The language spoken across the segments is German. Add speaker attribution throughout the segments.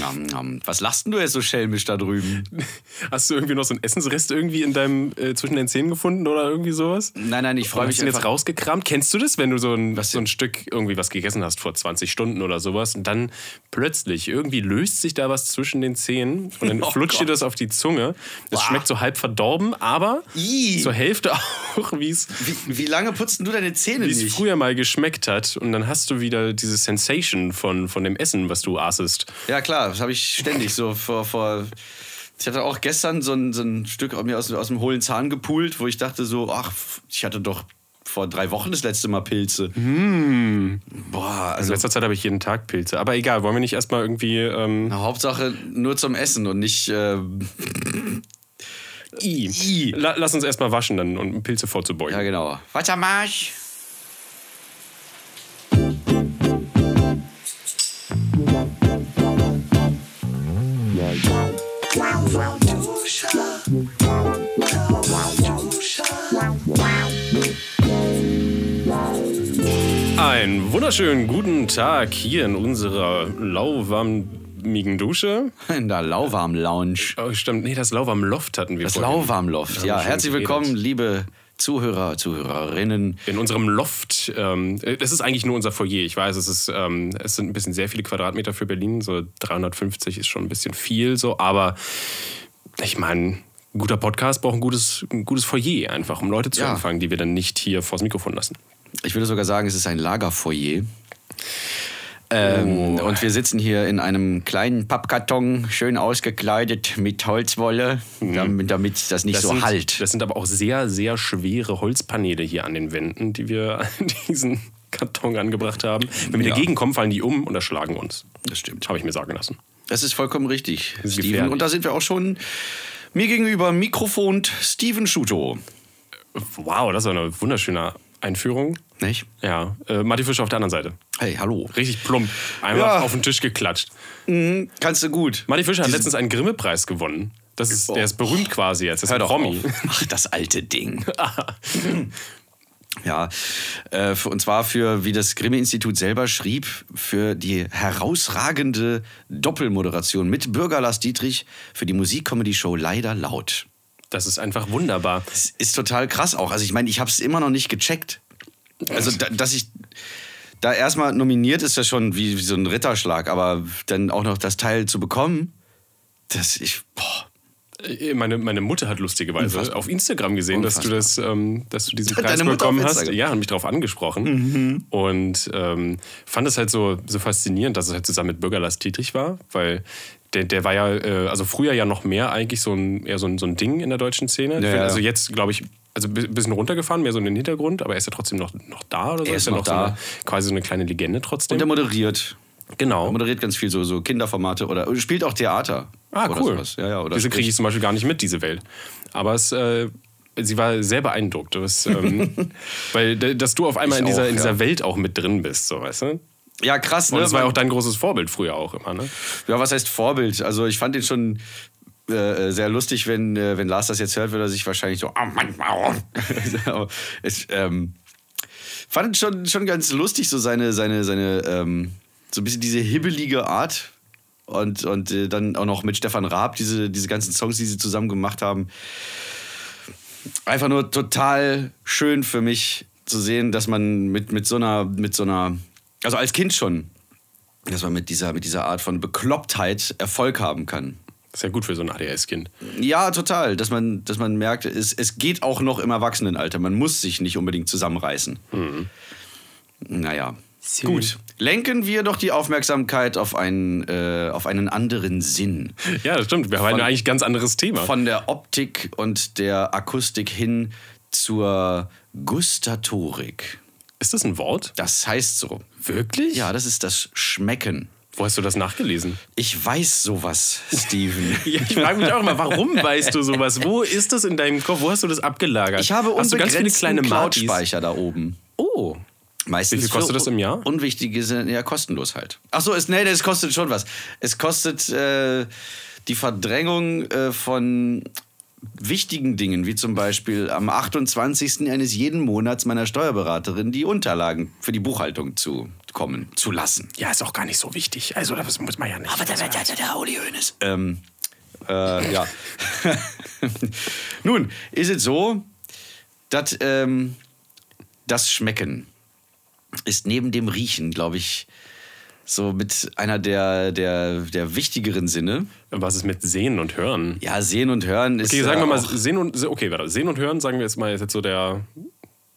Speaker 1: Nom, nom. Was lachst denn du jetzt so schelmisch da drüben?
Speaker 2: Hast du irgendwie noch so einen Essensrest irgendwie in deinem äh, zwischen den Zähnen gefunden oder irgendwie sowas?
Speaker 1: Nein, nein, ich freue
Speaker 2: Hab
Speaker 1: mich
Speaker 2: ich den jetzt
Speaker 1: einfach.
Speaker 2: rausgekramt. Kennst du das, wenn du so ein,
Speaker 1: Was
Speaker 2: so ein
Speaker 1: denn?
Speaker 2: Stück irgendwie was gegessen hast vor 20 Stunden oder sowas und dann plötzlich irgendwie löst sich da was zwischen den Zähnen und dann
Speaker 1: Oh
Speaker 2: flutscht dir
Speaker 1: Gott.
Speaker 2: das auf die Zunge. Es
Speaker 1: Boah.
Speaker 2: schmeckt so halb verdorben, aber
Speaker 1: Ih.
Speaker 2: zur Hälfte auch, wie es
Speaker 1: Wie, wie lange putzt denn du deine Zähne
Speaker 2: wie es
Speaker 1: nicht?
Speaker 2: früher mal geschmeckt hat. Und dann hast du wieder diese Sensation von, von dem Essen, was du aßest.
Speaker 1: Ja, klar, das habe ich ständig so vor. vor ich hatte auch gestern so ein, so ein Stück mir aus, aus dem hohlen Zahn gepult, wo ich dachte so, ach, ich hatte doch vor drei Wochen das letzte Mal Pilze. Hm. Boah,
Speaker 2: In
Speaker 1: also
Speaker 2: letzter Zeit habe ich jeden Tag Pilze. Aber egal, wollen wir nicht erstmal irgendwie. Ähm,
Speaker 1: na, Hauptsache nur zum Essen und nicht äh,
Speaker 2: I.
Speaker 1: I.
Speaker 2: La lass uns erstmal waschen, dann, um Pilze vorzubeugen.
Speaker 1: Ja, genau. Wassermarsch! genau.
Speaker 2: Einen wunderschönen guten Tag hier in unserer lauwarmigen Dusche.
Speaker 1: In der Lauwarm-Lounge.
Speaker 2: Oh, stimmt. Nee, das lauwarm Loft hatten wir
Speaker 1: Das
Speaker 2: vorhin.
Speaker 1: Lauwarm-Loft.
Speaker 2: wir
Speaker 1: Ja,
Speaker 2: schon
Speaker 1: herzlich
Speaker 2: geredet.
Speaker 1: willkommen, liebe Zuhörer, Zuhörerinnen.
Speaker 2: In unserem Loft, ähm, das ist eigentlich nur unser Foyer. Ich weiß, es, ist, ähm, es sind ein bisschen sehr viele Quadratmeter für Berlin. So 350 ist schon ein bisschen viel, so, aber ich meine, ein guter Podcast braucht ein gutes, ein gutes Foyer einfach, um Leute zu
Speaker 1: Ja.
Speaker 2: empfangen, die wir dann nicht hier vors Mikrofon lassen.
Speaker 1: Ich würde sogar sagen, es ist ein Lagerfoyer.
Speaker 2: Oh.
Speaker 1: Ähm, Und wir sitzen hier in einem kleinen Pappkarton, schön ausgekleidet mit Holzwolle, damit, damit das nicht so
Speaker 2: sind,
Speaker 1: halt.
Speaker 2: Mhm. Das sind aber auch sehr, sehr schwere Holzpaneele hier an den Wänden, die wir an diesen Karton angebracht haben. Wenn wir
Speaker 1: Ja.
Speaker 2: dagegen kommen, fallen die um und erschlagen uns.
Speaker 1: Das stimmt.
Speaker 2: Habe ich mir sagen lassen.
Speaker 1: Das ist vollkommen richtig,
Speaker 2: ist
Speaker 1: Steven.
Speaker 2: gefährlich.
Speaker 1: Und da sind wir auch schon mir gegenüber Mikrofon Steven Schuto.
Speaker 2: Wow, das ist eine wunderschöne Einführung.
Speaker 1: Nicht?
Speaker 2: Ja, äh, Matti Fischer auf der anderen Seite.
Speaker 1: Hey, hallo.
Speaker 2: Richtig plump. Einmal
Speaker 1: Ja.
Speaker 2: auf den Tisch geklatscht.
Speaker 1: Kannst du gut.
Speaker 2: Matti Fischer hat letztens einen Grimme-Preis gewonnen. Das ist,
Speaker 1: Oh.
Speaker 2: Der ist berühmt quasi jetzt. Das ist ein Promi.
Speaker 1: auf. Ach, das alte Ding. Ja, äh, für- und zwar für, wie das Grimme-Institut selber schrieb, für die herausragende Doppelmoderation mit Bürger Lars Dietrich für die Musik-Comedy-Show Leider Laut.
Speaker 2: Das ist einfach wunderbar.
Speaker 1: Das ist total krass auch. Also ich meine, ich habe es immer noch nicht gecheckt. Also, da, dass ich da erstmal nominiert ist ja schon wie, wie so ein Ritterschlag, aber dann auch noch das Teil zu bekommen, das ich, boah,
Speaker 2: Äh, Meine, meine Mutter hat lustigerweise auf Instagram gesehen, dass du das, ähm, dass du diesen
Speaker 1: Deine
Speaker 2: Preis
Speaker 1: Mutter auf
Speaker 2: bekommen hast.
Speaker 1: Instagram? Mhm.
Speaker 2: Ja, hat mich darauf angesprochen. Und ähm, fand es halt so, so faszinierend, dass es halt zusammen mit Bürger Lars Dietrich war, weil der, der war ja, äh, also früher ja noch mehr eigentlich so ein, eher so ein, so ein Ding in der deutschen Szene. Ich
Speaker 1: Ja,
Speaker 2: find,
Speaker 1: ja.
Speaker 2: Also jetzt, glaube ich, also ein bi- bisschen runtergefahren, mehr so in den Hintergrund, aber er ist ja trotzdem noch, noch da oder so.
Speaker 1: Er ist
Speaker 2: ja
Speaker 1: noch
Speaker 2: So
Speaker 1: da.
Speaker 2: eine, quasi so eine kleine Legende trotzdem.
Speaker 1: und der moderiert. Er
Speaker 2: genau.
Speaker 1: moderiert ganz viel so, so Kinderformate oder spielt auch Theater.
Speaker 2: Ah,
Speaker 1: oder
Speaker 2: cool.
Speaker 1: sowas. Ja, ja, oder
Speaker 2: diese
Speaker 1: spricht.
Speaker 2: kriege ich zum Beispiel gar nicht mit, diese Welt. Aber es, äh, sie war sehr beeindruckt. Was, ähm, weil, d- dass du auf einmal
Speaker 1: Ich
Speaker 2: in dieser,
Speaker 1: auch,
Speaker 2: in
Speaker 1: ja.
Speaker 2: dieser Welt auch mit drin bist, so, weißt du? Und
Speaker 1: Ja, krass, ne?
Speaker 2: Oh, das war ja auch dein großes Vorbild früher auch immer, ne?
Speaker 1: Ja, was heißt Vorbild? Also ich fand ihn schon äh, äh, sehr lustig, wenn, äh, wenn Lars das jetzt hört, würde er sich wahrscheinlich so, oh Mann, warum? Aber ich ähm, fand ihn schon, schon ganz lustig, so seine, seine, seine, ähm, so ein bisschen diese hibbelige Art. Und, und äh, dann auch noch mit Stefan Raab, diese, diese ganzen Songs, die sie zusammen gemacht haben. Einfach nur total schön für mich zu sehen, dass man mit, mit so einer, mit so einer, also als Kind schon, dass man mit dieser, mit dieser Art von Beklopptheit Erfolg haben kann.
Speaker 2: Das ist ja gut für so ein ADS-Kind.
Speaker 1: Ja, total. Dass man, dass man merkt, es, es geht auch noch im Erwachsenenalter. Man muss sich nicht unbedingt zusammenreißen.
Speaker 2: Mhm.
Speaker 1: Naja. Gut. Lenken wir doch die Aufmerksamkeit auf einen, äh, auf einen anderen Sinn.
Speaker 2: Ja, das stimmt. Wir haben eigentlich ein ganz anderes Thema.
Speaker 1: Von der Optik und der Akustik hin zur Gustatorik.
Speaker 2: ist das ein Wort?
Speaker 1: Das heißt so.
Speaker 2: Wirklich?
Speaker 1: Ja, das ist das Schmecken.
Speaker 2: Wo hast du das nachgelesen?
Speaker 1: Ich weiß sowas, Steven.
Speaker 2: Ja, ich frage mich auch immer, warum weißt du sowas? Wo ist das in deinem Kopf? Wo hast du das abgelagert?
Speaker 1: Ich habe
Speaker 2: hast du ganz viele kleine
Speaker 1: unbegrenzten
Speaker 2: Martis?
Speaker 1: Cloud-Speicher da oben.
Speaker 2: Oh.
Speaker 1: Meistens
Speaker 2: Wie viel kostet
Speaker 1: für
Speaker 2: das im Jahr?
Speaker 1: Unwichtige sind ja kostenlos halt. Achso, es, nee, es kostet schon was. Es kostet äh, die Verdrängung äh, von wichtigen Dingen, wie zum Beispiel am 28. eines jeden Monats meiner Steuerberaterin die Unterlagen für die Buchhaltung zu kommen zu lassen.
Speaker 2: Ja, ist auch gar nicht so wichtig. Also, das muss man ja nicht.
Speaker 1: Aber da wird ja der Uli Hoeneß. Ähm, äh, ja. Nun, ist es so, dass ähm, das Schmecken ist neben dem Riechen, glaube ich, so mit einer der, der, der wichtigeren Sinne.
Speaker 2: Was ist mit Sehen und Hören?
Speaker 1: Ja, Sehen und Hören ist.
Speaker 2: Okay, sagen
Speaker 1: äh,
Speaker 2: wir mal,
Speaker 1: auch-
Speaker 2: sehen und, okay, warte, sehen und hören, sagen wir jetzt mal, ist jetzt so der,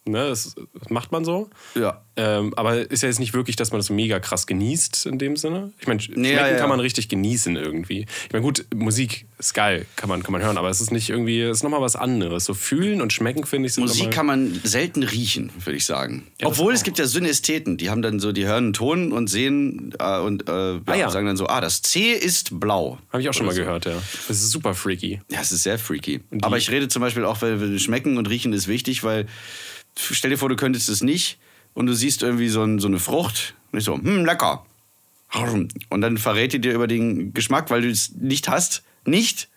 Speaker 2: ne, das, das macht man so.
Speaker 1: Ja.
Speaker 2: Ähm, aber ist ja jetzt nicht wirklich, dass man das so mega krass genießt in dem Sinne. Ich meine, schmecken
Speaker 1: Nee, ja, ja.
Speaker 2: kann man richtig genießen irgendwie. Ich meine, gut, Musik ist geil, kann man, kann man hören, aber es ist nicht irgendwie, es ist nochmal was anderes. So fühlen und schmecken finde ich sind
Speaker 1: Musik
Speaker 2: nochmal-
Speaker 1: kann man selten riechen, würde ich sagen.
Speaker 2: Ja, das
Speaker 1: Obwohl es
Speaker 2: auch.
Speaker 1: gibt ja Synästheten, die haben dann so, die hören einen Ton und sehen äh, und äh, ja,
Speaker 2: ja.
Speaker 1: sagen dann so, ah, das C ist blau.
Speaker 2: Habe ich auch schon mal
Speaker 1: Oder so.
Speaker 2: gehört, ja. Das ist super freaky.
Speaker 1: Ja, es ist sehr freaky. Aber ich rede zum Beispiel auch, weil weil Schmecken und Riechen ist wichtig, weil stell dir vor, du könntest es nicht und du siehst irgendwie so, ein, so eine Frucht und ich so, hm, lecker. Und dann verrät die dir über den Geschmack, weil du es nicht hast, nicht,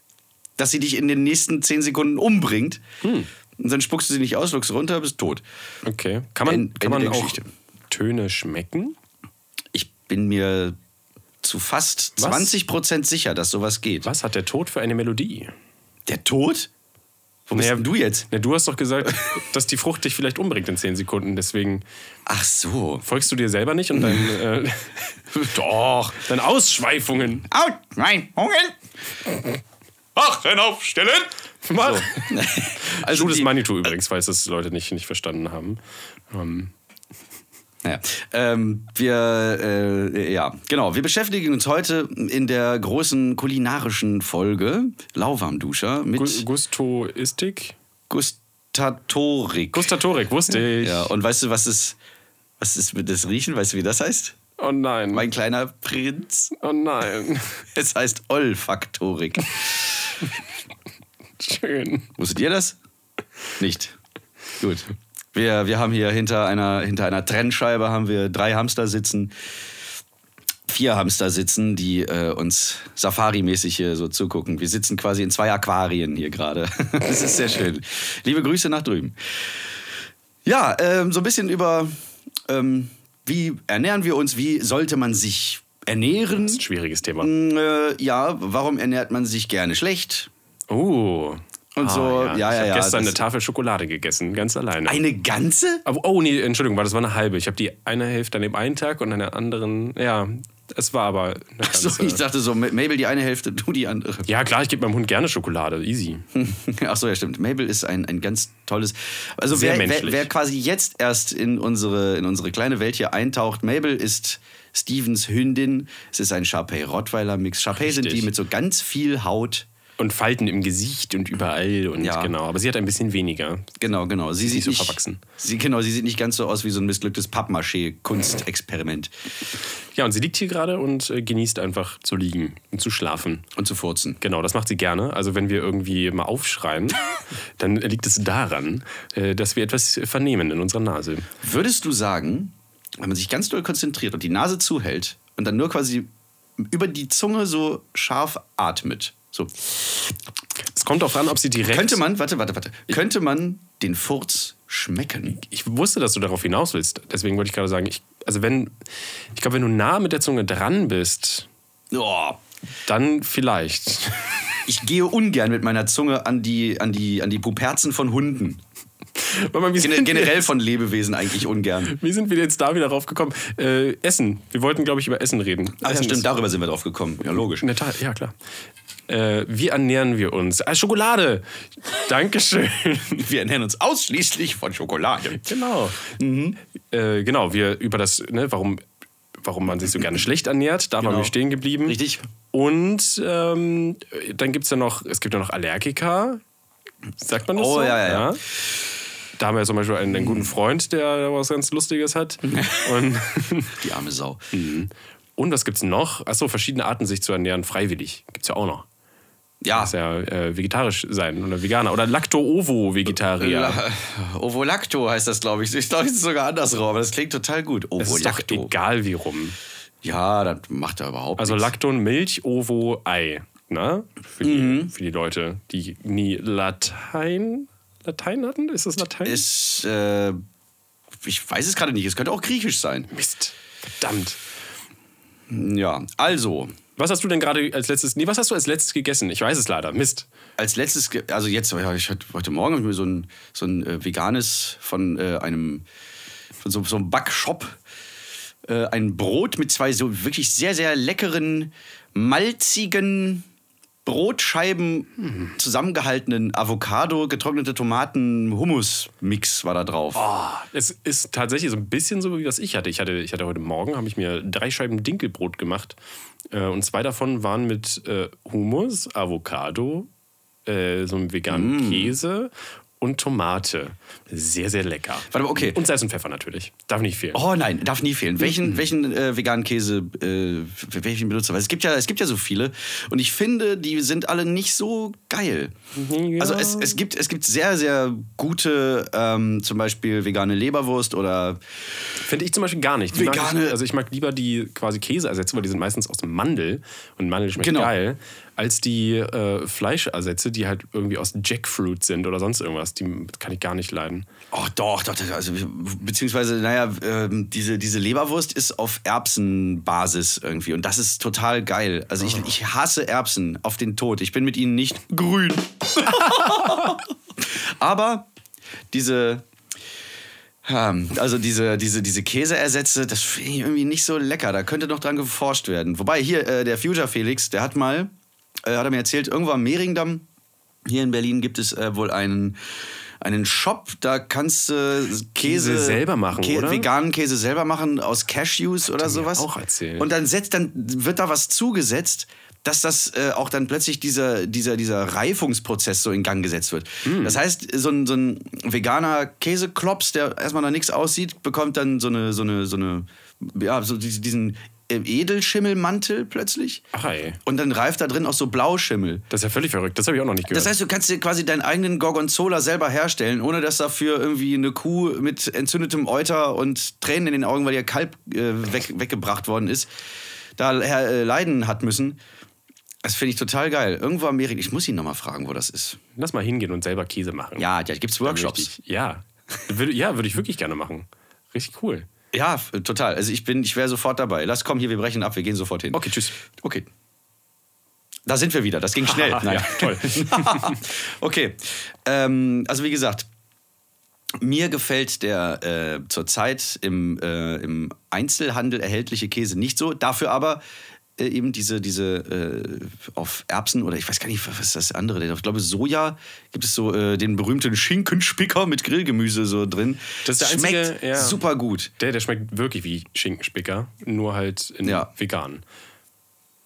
Speaker 1: dass sie dich in den nächsten zehn Sekunden umbringt.
Speaker 2: Hm.
Speaker 1: Und dann spuckst du sie nicht aus, luckst runter, bist tot.
Speaker 2: Okay. Kann man,
Speaker 1: Ende-
Speaker 2: kann man
Speaker 1: Ende
Speaker 2: auch
Speaker 1: der Geschichte.
Speaker 2: Töne schmecken?
Speaker 1: Ich bin mir zu fast
Speaker 2: Was?
Speaker 1: 20% sicher, dass sowas geht.
Speaker 2: Was hat der Tod für eine Melodie?
Speaker 1: Der Tod? Wo bist
Speaker 2: Naja,
Speaker 1: denn du jetzt?
Speaker 2: Na, du hast doch gesagt, dass die Frucht dich vielleicht umbringt in 10 Sekunden. Deswegen
Speaker 1: Ach so.
Speaker 2: folgst du dir selber nicht und deinen, äh,
Speaker 1: Doch.
Speaker 2: deinen Ausschweifungen.
Speaker 1: Out, mein Hunger.
Speaker 2: Achten aufstellen! Mach!
Speaker 1: Also
Speaker 2: Schuldes
Speaker 1: die-
Speaker 2: Manitou übrigens, falls das Leute nicht, nicht verstanden haben. Ähm,
Speaker 1: Naja, ähm, wir, äh, ja, genau. Wir beschäftigen uns heute in der großen kulinarischen Folge Lauwarmduscher mit
Speaker 2: Gu- Gustoistik?
Speaker 1: Gustatorik.
Speaker 2: Gustatorik, wusste ich.
Speaker 1: ja, und weißt du, was ist, was ist mit das Riechen? Weißt du, wie das heißt?
Speaker 2: Oh nein.
Speaker 1: Mein kleiner Prinz.
Speaker 2: oh nein.
Speaker 1: Es heißt Olfaktorik.
Speaker 2: Schön.
Speaker 1: Wusstet ihr das? Nicht. Gut. Wir, wir haben hier hinter einer, hinter einer Trennscheibe haben wir drei Hamster sitzen, vier Hamster sitzen, die äh, uns Safari-mäßig hier so zugucken. Wir sitzen quasi in zwei Aquarien hier gerade. das ist sehr schön. Liebe Grüße nach drüben. Ja, ähm, so ein bisschen über, ähm, wie ernähren wir uns, wie sollte man sich ernähren?
Speaker 2: Das ist ein schwieriges Thema.
Speaker 1: Mm, äh, ja, warum ernährt man sich gerne schlecht?
Speaker 2: Oh.
Speaker 1: Und so, ja, ja,
Speaker 2: ich habe
Speaker 1: ja,
Speaker 2: gestern
Speaker 1: das-
Speaker 2: eine Tafel Schokolade gegessen, ganz alleine.
Speaker 1: Eine ganze?
Speaker 2: Aber, oh, nee, Entschuldigung, war das war eine halbe. Ich habe die eine Hälfte an dem einen Tag und an der anderen, ja, es war aber eine ganze.
Speaker 1: Achso, ich dachte so, Ma- Mabel die eine Hälfte, du die andere.
Speaker 2: ja, klar, ich gebe meinem Hund gerne Schokolade, easy.
Speaker 1: Achso, ja, stimmt. Mabel ist ein, ein ganz tolles. Also,
Speaker 2: Sehr
Speaker 1: wer, wer,
Speaker 2: menschlich.
Speaker 1: wer quasi jetzt erst in unsere, in unsere kleine Welt hier eintaucht, Mabel ist Stevens Hündin. Es ist ein Sharpei-Rottweiler-Mix. Sharpei sind
Speaker 2: Richtig.
Speaker 1: die mit so ganz viel Haut.
Speaker 2: Und Falten im Gesicht und überall und
Speaker 1: Ja.
Speaker 2: genau. Aber sie hat ein bisschen weniger.
Speaker 1: Genau, genau. Sie, sieht
Speaker 2: so verwachsen.
Speaker 1: Sie, genau, sie sieht nicht ganz so aus wie so ein missglücktes Pappmaché-Kunstexperiment.
Speaker 2: Ja, und sie liegt hier gerade und äh, genießt einfach zu liegen und zu schlafen.
Speaker 1: Und zu furzen.
Speaker 2: Genau, das macht sie gerne. Also wenn wir irgendwie mal aufschreien, dann liegt es daran, äh, dass wir etwas vernehmen in unserer Nase.
Speaker 1: Würdest du sagen, wenn man sich ganz doll konzentriert und die Nase zuhält und dann nur quasi über die Zunge so scharf atmet, so
Speaker 2: Es kommt darauf an, ob sie direkt...
Speaker 1: könnte man, warte, warte, warte, könnte man den Furz schmecken?
Speaker 2: ich wusste, dass du darauf hinaus willst. Deswegen wollte ich gerade sagen, ich, also wenn, ich glaube, wenn du nah mit der Zunge dran bist,
Speaker 1: Oh,
Speaker 2: dann vielleicht.
Speaker 1: ich gehe ungern mit meiner Zunge an die, an die, an die Puperzen von Hunden.
Speaker 2: Warte mal, wie,
Speaker 1: Gene-
Speaker 2: sind wir,
Speaker 1: Generell von Lebewesen eigentlich ungern.
Speaker 2: wie sind wir jetzt da wieder drauf gekommen? Äh, Essen. Wir wollten, glaube ich, über Essen reden.
Speaker 1: Ach ja,
Speaker 2: Essen
Speaker 1: Ah, stimmt,
Speaker 2: Ist,
Speaker 1: darüber sind wir drauf gekommen. Ja, logisch.
Speaker 2: in der Tat, ja, klar. Äh, wie ernähren wir uns? Ah, Schokolade! Dankeschön.
Speaker 1: Wir ernähren uns ausschließlich von Schokolade.
Speaker 2: Genau.
Speaker 1: Mhm.
Speaker 2: Äh, genau, wir über das, ne, warum, warum man sich so gerne schlecht ernährt, da waren
Speaker 1: Genau.
Speaker 2: wir stehen geblieben.
Speaker 1: Richtig.
Speaker 2: Und ähm, dann gibt es ja noch, es gibt ja noch Allergiker. Sagt man das
Speaker 1: Oh,
Speaker 2: so?
Speaker 1: ja, ja, ja. Mhm.
Speaker 2: Da haben wir zum Beispiel einen, einen guten Freund, der was ganz Lustiges hat. Und, Mhm.
Speaker 1: Die arme Sau.
Speaker 2: und was gibt's noch? Achso, verschiedene Arten, sich zu ernähren, freiwillig. Gibt's ja auch noch.
Speaker 1: Ja.
Speaker 2: Das ist ja äh, vegetarisch sein oder Veganer. Oder Lacto-Ovo-Vegetarier.
Speaker 1: Äh, La- Ovolacto heißt das, glaube ich. Ich glaube, es ist sogar andersrum, aber das klingt total gut.
Speaker 2: Es ist doch
Speaker 1: Ovolacto.
Speaker 2: egal wie rum.
Speaker 1: Ja, das macht er überhaupt
Speaker 2: Also
Speaker 1: nichts.
Speaker 2: Lacton, Milch, Ovo, Ei. Ne? Für, die, für die Leute, die nie Latein, Latein hatten? Ist das Latein?
Speaker 1: Ist, äh, ich weiß es gerade nicht. Es könnte auch griechisch sein.
Speaker 2: Mist. Verdammt.
Speaker 1: Ja, also,
Speaker 2: Was hast du denn gerade als letztes. Nee, was hast du als letztes gegessen? Ich weiß es leider. Mist.
Speaker 1: als letztes, ge- also jetzt, ja, ich hatte, heute Morgen habe ich mir so ein, so ein äh, veganes von äh, einem, von so, so einem Backshop, äh, ein Brot mit zwei so wirklich sehr, sehr leckeren, malzigen Brotscheiben zusammengehaltenen Avocado, getrocknete Tomaten, Hummus-Mix war da drauf.
Speaker 2: Ah, Es ist tatsächlich so ein bisschen so, wie was ich hatte. Ich hatte, ich hatte heute Morgen, habe ich mir drei Scheiben Dinkelbrot gemacht. Äh, und zwei davon waren mit äh, Hummus, Avocado, äh, so einem veganen
Speaker 1: Mm.
Speaker 2: Käse und Tomate. Sehr, sehr lecker.
Speaker 1: Warte mal, okay.
Speaker 2: Und Salz und Pfeffer natürlich. Darf nicht fehlen.
Speaker 1: Oh nein, darf nie fehlen. Welchen, welchen äh, veganen Käse, äh, für welchen benutzt du? Weil es gibt ja, es gibt ja so viele und ich finde, die sind alle nicht so geil. Also es, es, gibt, es gibt sehr, sehr gute, ähm, zum Beispiel vegane Leberwurst oder
Speaker 2: Finde ich zum Beispiel gar nicht. Die Mag
Speaker 1: Vegane-
Speaker 2: ich, also ich mag lieber die quasi Käseersätze, weil die sind meistens aus Mandel und Mandel schmeckt
Speaker 1: Genau.
Speaker 2: geil, als die äh, Fleischersätze, die halt irgendwie aus Jackfruit sind oder sonst irgendwas. Die kann ich gar nicht leiden.
Speaker 1: Oh, doch, doch, doch, also, beziehungsweise, naja, ähm, diese, diese Leberwurst ist auf Erbsenbasis irgendwie und das ist total geil. Also ich, ich hasse Erbsen auf den Tod. Ich bin mit ihnen nicht grün. Aber diese, ähm, also diese, diese, diese Käseersätze, das finde ich irgendwie nicht so lecker. Da könnte noch dran geforscht werden. Wobei hier äh, der Future Felix, der hat mal, äh, hat er mir erzählt, irgendwo am Mehringdamm hier in Berlin gibt es äh, wohl einen, einen Shop, da kannst du Käse,
Speaker 2: Käse selber machen, oder?
Speaker 1: veganen Käse selber machen aus Cashews oder sowas.
Speaker 2: auch erzählt.
Speaker 1: Und dann setzt, dann wird da was zugesetzt, dass das äh, auch dann plötzlich dieser, dieser, dieser Reifungsprozess so in Gang gesetzt wird.
Speaker 2: Hm.
Speaker 1: Das heißt, so ein, so ein veganer Käseklops, der erstmal noch nichts aussieht, bekommt dann so eine, so eine, so eine, ja, so dies- diesen äh, Edelschimmelmantel plötzlich.
Speaker 2: Ach, ey.
Speaker 1: Und dann reift da drin auch so Blauschimmel.
Speaker 2: Das ist ja völlig verrückt. Das habe ich auch noch nicht gehört.
Speaker 1: Das heißt, du kannst dir quasi deinen eigenen Gorgonzola selber herstellen, ohne dass dafür irgendwie eine Kuh mit entzündetem Euter und Tränen in den Augen, weil ihr Kalb äh, weg, weggebracht worden ist, da äh, leiden hat müssen. Das finde ich total geil. Irgendwo am Meering, ich muss ihn nochmal fragen, wo das ist.
Speaker 2: Lass mal hingehen und selber Käse machen.
Speaker 1: Ja, da gibt es Workshops.
Speaker 2: Richtig. Ja. Würde, ja, würde ich wirklich gerne machen. Richtig cool.
Speaker 1: Ja, f- total. Also ich bin, ich wäre sofort dabei. Lass komm hier, wir brechen ab, wir gehen sofort hin.
Speaker 2: Okay, tschüss.
Speaker 1: Okay. Da sind wir wieder. Das ging schnell.
Speaker 2: Ah,
Speaker 1: Nein.
Speaker 2: ja, toll.
Speaker 1: okay. Ähm, also wie gesagt, mir gefällt der äh, zurzeit im, äh, im Einzelhandel erhältliche Käse nicht so. Dafür aber äh, eben diese, diese äh, auf Erbsen oder ich weiß gar nicht, was ist das andere denn? Ich glaube, Soja gibt es so äh, den berühmten Schinkenspicker mit Grillgemüse so drin.
Speaker 2: Das ist der
Speaker 1: Schmeckt
Speaker 2: einzige- ja.
Speaker 1: super gut.
Speaker 2: Der, der schmeckt wirklich wie Schinkenspicker, nur halt in
Speaker 1: Ja.
Speaker 2: vegan.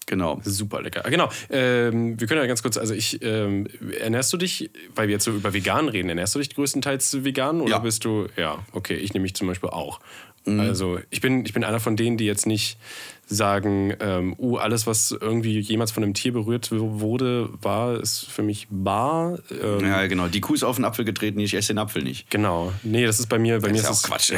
Speaker 1: Genau.
Speaker 2: Super lecker. Ah, Genau. Ähm, wir können ja ganz kurz, also ich, ähm, ernährst du dich, weil wir jetzt so über vegan reden, ernährst du dich größtenteils vegan oder
Speaker 1: Ja. Mhm.
Speaker 2: bist du, ja, okay, ich nehme mich zum Beispiel auch. Also ich bin, ich bin einer von denen, die jetzt nicht sagen, ähm, uh, alles, was irgendwie jemals von einem Tier berührt w- wurde, war, ist für mich bar. Ähm,
Speaker 1: Ja, genau. Die Kuh ist auf den Apfel getreten, ich esse den Apfel nicht.
Speaker 2: Genau. Nee, das ist bei mir, bei mir
Speaker 1: ist ja
Speaker 2: es-
Speaker 1: auch Quatsch.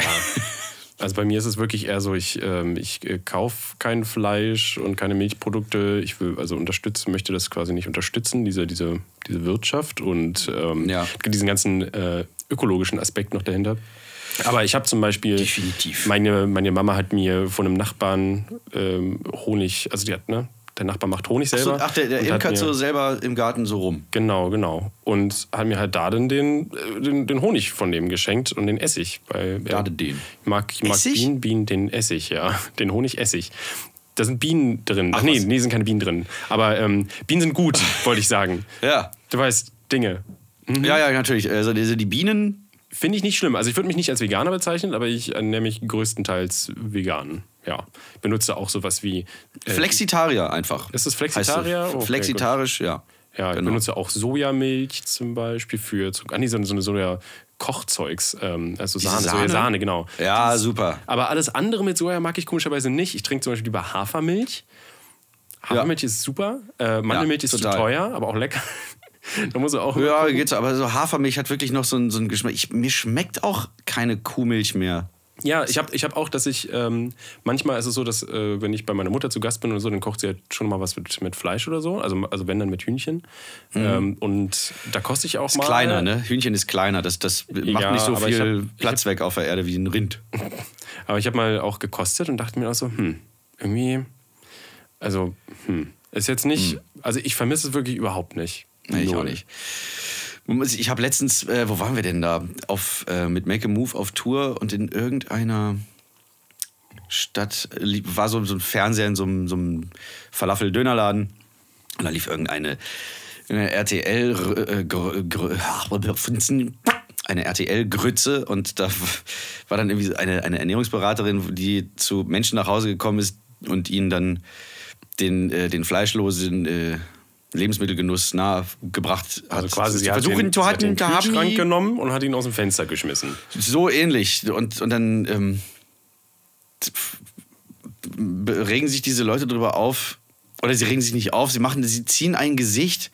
Speaker 2: Also bei mir ist es wirklich eher so, ich, ähm, ich äh, kaufe kein Fleisch und keine Milchprodukte. Ich will also unterstützen, möchte das quasi nicht unterstützen, diese, diese, diese Wirtschaft und ähm,
Speaker 1: Ja.
Speaker 2: diesen ganzen äh, ökologischen Aspekt noch dahinter. Aber ich habe zum Beispiel.
Speaker 1: Definitiv.
Speaker 2: Meine, meine Mama hat mir von einem Nachbarn ähm, Honig, also die hat, ne? Der Nachbar macht Honig
Speaker 1: Ach so,
Speaker 2: selber.
Speaker 1: ach, der, der
Speaker 2: und hat
Speaker 1: Imker
Speaker 2: mir-
Speaker 1: so selber im Garten so rum.
Speaker 2: Genau, genau. Und hat mir halt da dann den, äh, den, den Honig von dem geschenkt und den Essig. Weil, ja,
Speaker 1: Gerade den.
Speaker 2: Ich mag, ich mag
Speaker 1: Essig?
Speaker 2: Bienen, Bienen, den Essig, ja. Den Honig-Essig. Da sind Bienen drin. Ach,
Speaker 1: Ach,
Speaker 2: nee,
Speaker 1: was.
Speaker 2: nee, sind keine Bienen drin. Aber ähm, Bienen sind gut, wollte ich sagen.
Speaker 1: Ja.
Speaker 2: Du weißt, Dinge. Mhm.
Speaker 1: Ja, ja, natürlich. Also diese, die Bienen,
Speaker 2: Finde ich nicht schlimm. Also ich würde mich nicht als Veganer bezeichnen, aber ich ernähre mich größtenteils vegan. Ja. Benutze auch sowas wie. äh,
Speaker 1: Flexitarier einfach.
Speaker 2: Ist es Flexitarier? Oh,
Speaker 1: Heißt so.
Speaker 2: Okay,
Speaker 1: Flexitarisch, ja.
Speaker 2: Ja, ich
Speaker 1: Genau.
Speaker 2: benutze auch Sojamilch zum Beispiel für Zucker- ah, nee, so, so, so ja Kochzeugs, ähm, also Sahne,
Speaker 1: Sahne?
Speaker 2: Sahne? Sahne, genau.
Speaker 1: Ja, super.
Speaker 2: Aber alles andere mit Soja mag ich komischerweise nicht. Ich trinke zum Beispiel lieber Hafermilch. Hafermilch ist super. Äh, Mandelmilch
Speaker 1: Ja,
Speaker 2: ist zu
Speaker 1: total.
Speaker 2: teuer, aber auch lecker. da muss er auch.
Speaker 1: Ja, geht's. Aber so Hafermilch hat wirklich noch so einen, so einen Geschmack. Ich, mir schmeckt auch keine Kuhmilch mehr.
Speaker 2: Ja, ich habe ich hab auch, dass ich ähm, manchmal ist es so, dass äh, wenn ich bei meiner Mutter zu Gast bin oder so, dann kocht sie halt schon mal was mit, mit Fleisch oder so. Also, also wenn dann mit Hühnchen. Ähm, und da koste ich auch
Speaker 1: Mhm. Ist
Speaker 2: mal.
Speaker 1: kleiner, ne? Hühnchen ist kleiner. Das, das macht
Speaker 2: Ja,
Speaker 1: nicht so
Speaker 2: aber ich
Speaker 1: viel
Speaker 2: hab- ich
Speaker 1: Platz weg auf der Erde wie ein Rind.
Speaker 2: Aber ich habe mal auch gekostet und dachte mir auch so, hm, irgendwie, also, hm, ist jetzt nicht, also ich vermisse es wirklich überhaupt nicht.
Speaker 1: Nee, ich auch
Speaker 2: Null.
Speaker 1: nicht. Man muss- Ich habe letztens, äh, wo waren wir denn da? Auf, äh, mit Make a Move auf Tour und in irgendeiner Stadt li- war so, so ein Fernseher in so einem, so einem Falafel-Dönerladen und da lief irgendeine eine RTL äh, gr- gr- eine RTL-Grütze und da war dann irgendwie eine, eine Ernährungsberaterin, die zu Menschen nach Hause gekommen ist und ihnen dann den, äh, den fleischlosen äh, Lebensmittelgenuss nahegebracht hat.
Speaker 2: Also quasi, sie hat
Speaker 1: versuchen
Speaker 2: den,
Speaker 1: zu
Speaker 2: sie hat
Speaker 1: hatten,
Speaker 2: den
Speaker 1: zu haben,
Speaker 2: Kühlschrank
Speaker 1: die-
Speaker 2: genommen und hat ihn aus dem Fenster geschmissen.
Speaker 1: so ähnlich. Und, und dann ähm, t- f- b- regen sich diese Leute drüber auf, oder sie regen sich nicht auf, sie machen, sie ziehen ein Gesicht,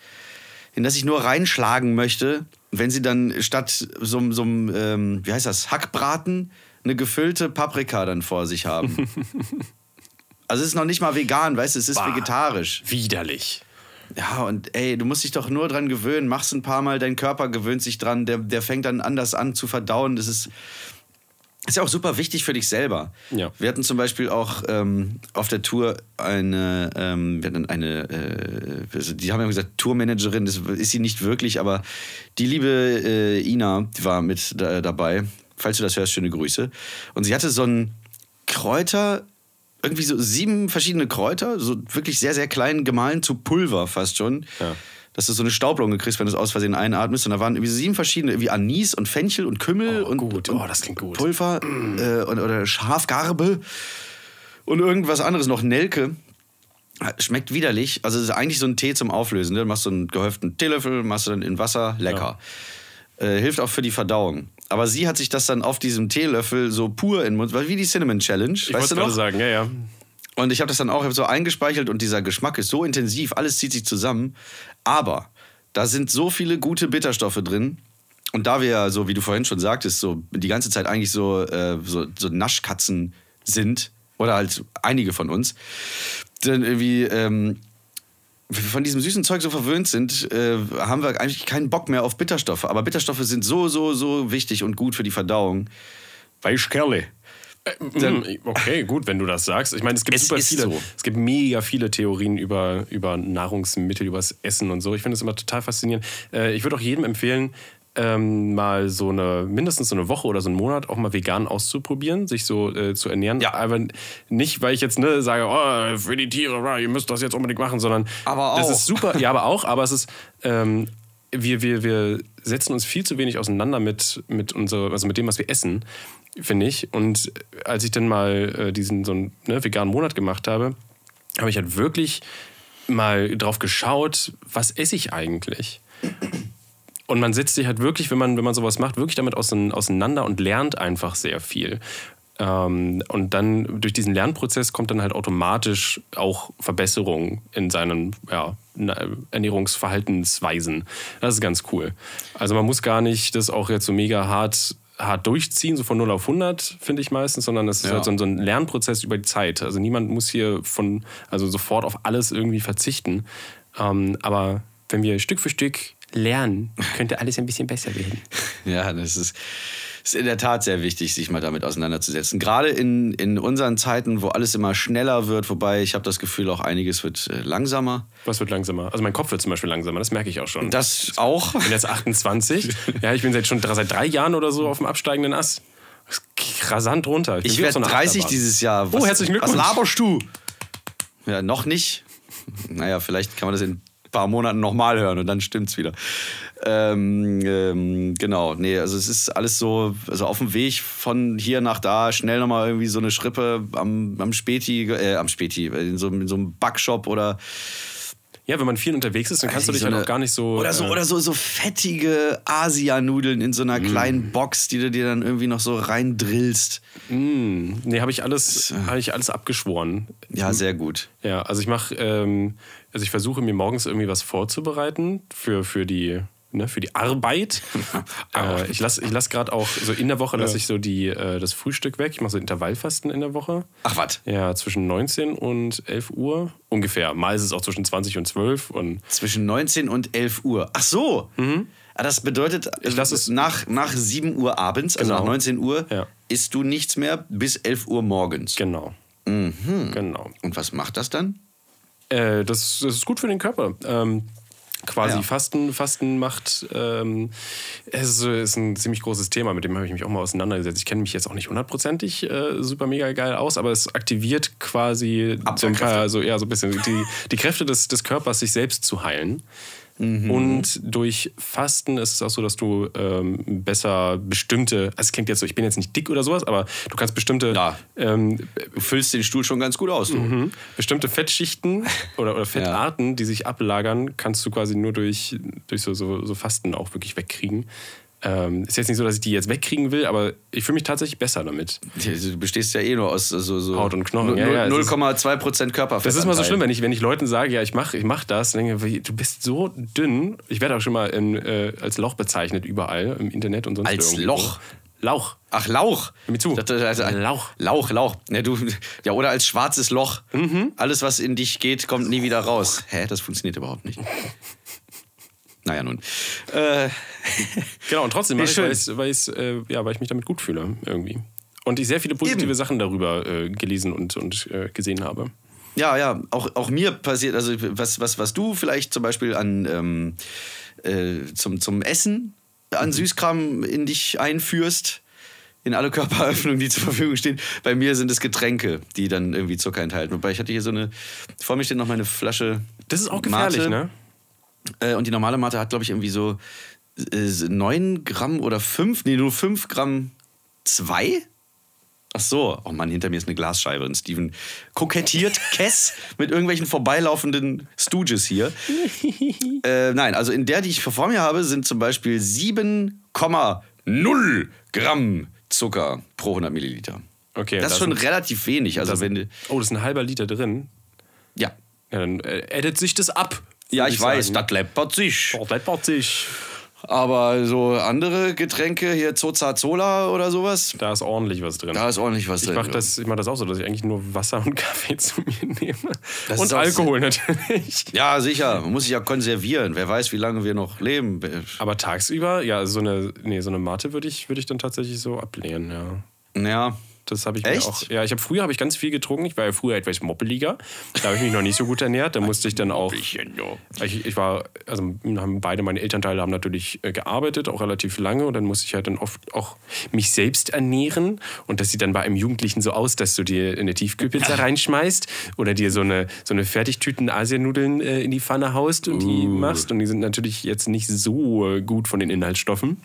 Speaker 1: in das ich nur reinschlagen möchte, wenn sie dann statt so einem, so, einem, ähm, wie heißt das, Hackbraten, eine gefüllte Paprika dann vor sich haben. Also es ist noch nicht mal vegan, weißt du, es ist
Speaker 2: Bah.
Speaker 1: vegetarisch.
Speaker 2: Widerlich.
Speaker 1: Ja, und ey, du musst dich doch nur dran gewöhnen. Mach's ein paar Mal, dein Körper gewöhnt sich dran. Der, der fängt dann anders an zu verdauen. Das ist, ist ja auch super wichtig für dich selber.
Speaker 2: Ja.
Speaker 1: Wir hatten zum Beispiel auch ähm, auf der Tour eine, ähm, wir hatten eine äh, also die haben ja gesagt, Tourmanagerin, das ist sie nicht wirklich, aber die liebe äh, Ina die war mit da, dabei. Falls du das hörst, schöne Grüße. Und sie hatte so ein Kräuter, irgendwie so sieben verschiedene Kräuter, so wirklich sehr, sehr klein gemahlen zu Pulver fast schon.
Speaker 2: Ja.
Speaker 1: Dass du so eine Staublunge kriegst, wenn du es aus Versehen einatmest. Und da waren irgendwie so sieben verschiedene, irgendwie Anis und Fenchel und Kümmel
Speaker 2: Oh,
Speaker 1: und,
Speaker 2: gut.
Speaker 1: und
Speaker 2: Oh, das klingt gut.
Speaker 1: Pulver äh, und, oder Schafgarbe und irgendwas anderes noch, Nelke. Schmeckt widerlich. Also es ist eigentlich so ein Tee zum Auflösen. Ne? Du machst so einen gehäuften Teelöffel, machst du dann in Wasser, lecker. Äh, hilft auch für die Verdauung. Aber sie hat sich das dann auf diesem Teelöffel so pur in den Mund, wie die Cinnamon Challenge, weißt
Speaker 2: Ich wollte
Speaker 1: du
Speaker 2: gerade
Speaker 1: noch?
Speaker 2: sagen, ja, ja.
Speaker 1: Und ich habe das dann auch ich hab so eingespeichelt und dieser Geschmack ist so intensiv, alles zieht sich zusammen. Aber da sind so viele gute Bitterstoffe drin. Und da wir ja so, wie du vorhin schon sagtest, so die ganze Zeit eigentlich so, äh, so, so Naschkatzen sind, oder halt einige von uns, dann irgendwie ähm, von diesem süßen Zeug so verwöhnt sind, äh, haben wir eigentlich keinen Bock mehr auf Bitterstoffe. Aber Bitterstoffe sind so, so, so wichtig und gut für die Verdauung. Weiß Kerle.
Speaker 2: Hm, okay, gut, wenn du das sagst. Ich meine, es gibt
Speaker 1: Mhm. Es
Speaker 2: super
Speaker 1: ist
Speaker 2: viele,
Speaker 1: so.
Speaker 2: es gibt mega viele Theorien über, über Nahrungsmittel, über das Essen und so. Ich finde das immer total faszinierend. Äh, ich würde auch jedem empfehlen, ähm, mal so eine, mindestens so eine Woche oder so einen Monat auch mal vegan auszuprobieren, sich so äh, zu ernähren.
Speaker 1: Ja.
Speaker 2: Aber nicht, weil ich jetzt ne, sage, oh, für die Tiere, oh, ihr müsst das jetzt unbedingt machen, sondern
Speaker 1: Aber
Speaker 2: das
Speaker 1: auch.
Speaker 2: ist super, ja, aber auch, aber es ist, ähm, wir, wir, wir setzen uns viel zu wenig auseinander mit, mit, unserer, also mit dem, was wir essen, finde ich. Und als ich dann mal äh, diesen so einen ne, veganen Monat gemacht habe, habe ich halt wirklich mal drauf geschaut, was esse ich eigentlich? Und man setzt sich halt wirklich, wenn man, wenn man sowas macht, wirklich damit ausein- auseinander und lernt einfach sehr viel. Ähm, und dann durch diesen Lernprozess kommt dann halt automatisch auch Verbesserung in seinen ja, na- Ernährungsverhaltensweisen. Das ist ganz cool. Also man muss gar nicht das auch jetzt so mega hart, hart durchziehen, so von 0 auf 100, finde ich meistens, sondern es ist
Speaker 1: Ja.
Speaker 2: halt so ein, so ein Lernprozess über die Zeit. Also niemand muss hier von, also sofort auf alles irgendwie verzichten. Ähm, aber wenn wir Stück für Stück lernen, könnte alles ein bisschen besser werden.
Speaker 1: Ja, das ist, ist in der Tat sehr wichtig, sich mal damit auseinanderzusetzen. Gerade in, in unseren Zeiten, wo alles immer schneller wird, wobei ich habe das Gefühl, auch einiges wird äh, langsamer.
Speaker 2: Was wird langsamer? Also mein Kopf wird zum Beispiel langsamer, das merke ich auch schon.
Speaker 1: Das auch.
Speaker 2: Ich bin jetzt 28. ja, ich bin seit schon dr- seit drei Jahren oder so auf dem absteigenden Ast. Das geht Rasant runter. bin
Speaker 1: Ich
Speaker 2: wie
Speaker 1: werde
Speaker 2: auf so einer
Speaker 1: 30
Speaker 2: Achterbahn.
Speaker 1: dieses Jahr.
Speaker 2: Oh, herzlichen
Speaker 1: Was
Speaker 2: Glückwunsch.
Speaker 1: laberst du? Ja, noch nicht. Naja, vielleicht kann man das in ein paar Monaten nochmal hören und dann stimmt's wieder. Ähm, ähm, genau, nee, also es ist alles so, also auf dem Weg von hier nach da, schnell nochmal irgendwie so eine Schrippe am, am Späti, äh, am Späti, in so, einem- in so einem Backshop oder
Speaker 2: Ja, wenn man viel unterwegs ist, dann kannst du dich
Speaker 1: so
Speaker 2: halt
Speaker 1: eine-
Speaker 2: auch gar nicht so.
Speaker 1: Oder so,
Speaker 2: äh, Mm.
Speaker 1: oder so, so fettige Asianudeln in so einer kleinen Box, die du dir dann irgendwie noch so reindrillst.
Speaker 2: Nee, habe ich alles, habe ich alles abgeschworen.
Speaker 1: Ja, sehr gut.
Speaker 2: Ja, also ich mache, ähm, also ich versuche mir morgens irgendwie was vorzubereiten für, für die ne, für die Arbeit. äh, ich lasse ich lass gerade auch, so in der Woche lasse ich so die, äh, das Frühstück weg. Ich mache so Intervallfasten in der Woche.
Speaker 1: Ach, was?
Speaker 2: Ja, zwischen 19 und 11 Uhr ungefähr. Mal ist es auch zwischen 20 und 12 und
Speaker 1: Zwischen 19 und 11 Uhr. Ach so. Ah, Das bedeutet,
Speaker 2: Mhm. Ich lass es-
Speaker 1: nach, nach 7 Uhr abends, also
Speaker 2: Genau.
Speaker 1: nach 19 Uhr,
Speaker 2: Ja.
Speaker 1: isst du nichts mehr bis 11 Uhr morgens.
Speaker 2: genau. Genau.
Speaker 1: Und was macht das dann?
Speaker 2: Äh, das, das ist gut für den Körper. Ähm, quasi
Speaker 1: Ja.
Speaker 2: Fasten, Fasten macht, ähm, es ist, ist ein ziemlich großes Thema, mit dem habe ich mich auch mal auseinandergesetzt. Ich kenne mich jetzt auch nicht hundertprozentig äh, super mega geil aus, aber es aktiviert quasi so ein paar, so, ja, so ein bisschen die, die Kräfte des, des Körpers, sich selbst zu heilen.
Speaker 1: Mhm.
Speaker 2: Und durch Fasten ist es auch so, dass du ähm, besser bestimmte, also es klingt jetzt so, ich bin jetzt nicht dick oder sowas, aber du kannst bestimmte
Speaker 1: Ja.
Speaker 2: ähm,
Speaker 1: Du füllst den Stuhl schon ganz gut aus. Du.
Speaker 2: Mhm. Bestimmte Fettschichten oder, oder Fettarten, die sich ablagern, kannst du quasi nur durch, durch so, so, so Fasten auch wirklich wegkriegen. Ähm, ist jetzt nicht so, dass ich die jetzt wegkriegen will, aber ich fühle mich tatsächlich besser damit.
Speaker 1: Du bestehst ja eh nur aus so, so
Speaker 2: Haut und Knochen,
Speaker 1: null-
Speaker 2: ja, ja, es ist-
Speaker 1: 0,2% Körperfett.
Speaker 2: Das ist mal so schlimm, wenn ich, wenn ich Leuten sage, ja, ich mache ich mach das, dann denke ich, du bist so dünn. Ich werde auch schon mal in, äh, als Loch bezeichnet überall im Internet und sonst
Speaker 1: Als
Speaker 2: irgendwo.
Speaker 1: Loch?
Speaker 2: Lauch.
Speaker 1: Ach, Lauch.
Speaker 2: Hör mir zu.
Speaker 1: Das, das, das,
Speaker 2: Lauch.
Speaker 1: Lauch, Lauch. Ja, du, ja, oder als schwarzes Loch.
Speaker 2: Mhm.
Speaker 1: Alles, was in dich geht, kommt nie wieder raus. Hä, das funktioniert überhaupt nicht. Naja, nun. Äh,
Speaker 2: Genau, und trotzdem mache ich,
Speaker 1: schön.
Speaker 2: weil, ich's- weil, ich's, äh, ja, weil ich mich damit gut fühle irgendwie. Und ich sehr viele positive
Speaker 1: Eben.
Speaker 2: Sachen darüber äh, gelesen und, und äh, gesehen habe.
Speaker 1: ja, ja, auch, auch mir passiert, also was, was, was du vielleicht zum Beispiel an ähm, äh, zum, zum Essen an
Speaker 2: Mhm.
Speaker 1: Süßkram in dich einführst, in alle Körperöffnungen, die zur Verfügung stehen. Bei mir sind es Getränke, die dann irgendwie Zucker enthalten. Wobei ich hatte hier so eine, vor mir steht noch meine Flasche.
Speaker 2: Das ist auch gefährlich,
Speaker 1: Mate.
Speaker 2: ne?
Speaker 1: Äh, und die normale Mate hat, glaube ich, irgendwie so äh, 9 Gramm oder 5, nee, nur 5 Gramm 2? Ach so, oh Mann, hinter mir ist eine Glasscheibe und Steven kokettiert Kess mit irgendwelchen vorbeilaufenden Stooges hier. äh, nein, also in der, die ich vor mir habe, sind zum Beispiel 7,0 Gramm Zucker pro 100 Milliliter.
Speaker 2: Okay,
Speaker 1: das
Speaker 2: da
Speaker 1: ist schon
Speaker 2: sind-
Speaker 1: relativ wenig. Also wenn, du-
Speaker 2: Oh, das ist ein halber Liter drin.
Speaker 1: ja.
Speaker 2: Ja, dann äh, addet sich das ab.
Speaker 1: ja,
Speaker 2: würd
Speaker 1: ich, weiß,
Speaker 2: sagen.
Speaker 1: das läppert sich.
Speaker 2: Oh, läppert sich.
Speaker 1: Aber so andere Getränke, hier Zozazola oder sowas,
Speaker 2: Da ist ordentlich was drin.
Speaker 1: da ist ordentlich was
Speaker 2: ich
Speaker 1: drin.
Speaker 2: mache das, ich mach das auch so, dass ich eigentlich nur Wasser und Kaffee zu mir nehme.
Speaker 1: Das
Speaker 2: und
Speaker 1: ist auch
Speaker 2: Alkohol natürlich.
Speaker 1: Ja, sicher. Man muss sich ja konservieren. Wer weiß, wie lange wir noch leben.
Speaker 2: Aber tagsüber, ja, so eine, nee, so eine Mate würde ich, würd ich dann tatsächlich so ablehnen, ja.
Speaker 1: Ja.
Speaker 2: Das habe ich
Speaker 1: Echt?
Speaker 2: mir auch. Ja, ich habe früher habe ich ganz viel getrunken. Ich war ja früher etwas moppeliger. Da habe ich mich noch nicht so gut ernährt. Da musste ich dann auch. Ich, ich war, also haben beide meine Elternteile haben natürlich äh, gearbeitet, auch relativ lange. Und dann musste ich halt dann oft auch mich selbst ernähren. Und das sieht dann bei einem Jugendlichen so aus, dass du dir eine Tiefkühlpizza reinschmeißt oder dir so eine, so eine Fertigtüten Asiennudeln äh, in die Pfanne haust und die machst. Und die sind natürlich jetzt nicht so äh, gut von den Inhaltsstoffen.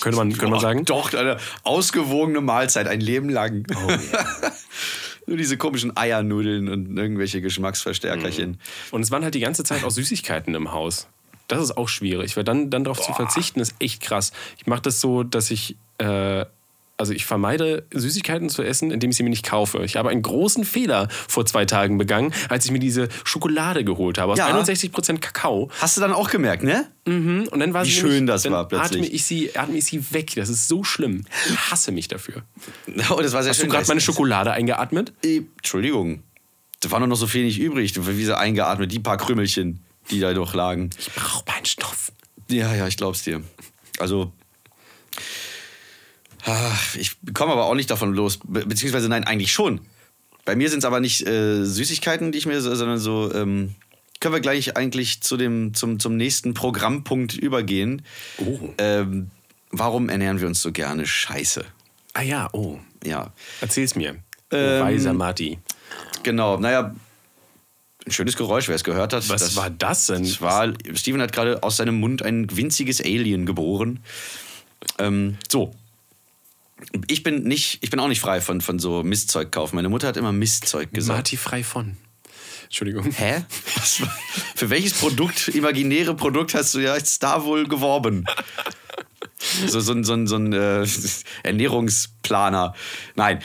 Speaker 2: könnte man, könnte man sagen.
Speaker 1: Doch, eine ausgewogene Mahlzeit, ein Leben lang.
Speaker 2: Oh,
Speaker 1: Nur diese komischen Eiernudeln und irgendwelche Geschmacksverstärkerchen.
Speaker 2: Und es waren halt die ganze Zeit auch Süßigkeiten im Haus. Das ist auch schwierig, weil dann, dann darauf zu verzichten ist echt krass. Ich mache das so, dass ich. Äh, also ich vermeide Süßigkeiten zu essen, indem ich sie mir nicht kaufe. Ich habe einen großen Fehler vor zwei Tagen begangen, als ich mir diese Schokolade geholt habe aus
Speaker 1: Ja.
Speaker 2: 61% Kakao.
Speaker 1: Hast du dann auch gemerkt, ne?
Speaker 2: Mhm. Und dann war
Speaker 1: Wie
Speaker 2: sie
Speaker 1: schön
Speaker 2: nämlich,
Speaker 1: das
Speaker 2: dann
Speaker 1: war plötzlich.
Speaker 2: Atme ich, sie, atme ich sie weg. Das ist so schlimm. Ich hasse mich dafür.
Speaker 1: Oh, das war sehr
Speaker 2: Hast
Speaker 1: schön.
Speaker 2: du gerade meine
Speaker 1: Das-
Speaker 2: Schokolade eingeatmet?
Speaker 1: Äh, Entschuldigung. Da war doch noch so viel nicht übrig. Wie so eingeatmet, die paar Krümelchen, die da doch lagen.
Speaker 2: Ich brauche meinen Stoff.
Speaker 1: Ja, ja, ich glaub's dir. Also. ah, Ich komme aber auch nicht davon los. Be beziehungsweise, nein, eigentlich schon. Bei mir sind es aber nicht äh, Süßigkeiten, die ich mir, so- sondern so. Ähm, können wir gleich eigentlich zu dem, zum, zum nächsten Programmpunkt übergehen.
Speaker 2: Oh.
Speaker 1: Ähm, warum ernähren wir uns so gerne Scheiße?
Speaker 2: Ah ja, oh.
Speaker 1: Ja.
Speaker 2: Erzähl's mir.
Speaker 1: Ähm,
Speaker 2: oh, weiser Marti.
Speaker 1: Genau, naja, ein schönes Geräusch, wer es gehört hat.
Speaker 2: Was
Speaker 1: das
Speaker 2: war das denn?
Speaker 1: Das war, Steven hat gerade aus seinem Mund ein winziges Alien geboren. Ähm, so. Ich bin, nicht, ich bin auch nicht frei von, von so Mistzeug kaufen. Meine Mutter hat immer Mistzeug gesagt.
Speaker 2: Marti frei von. Entschuldigung.
Speaker 1: Hä? Was war- Für welches Produkt, imaginäre Produkt hast du ja jetzt da wohl geworben? So, so, ein- so, ein- so ein äh, Ernährungsplaner. Nein.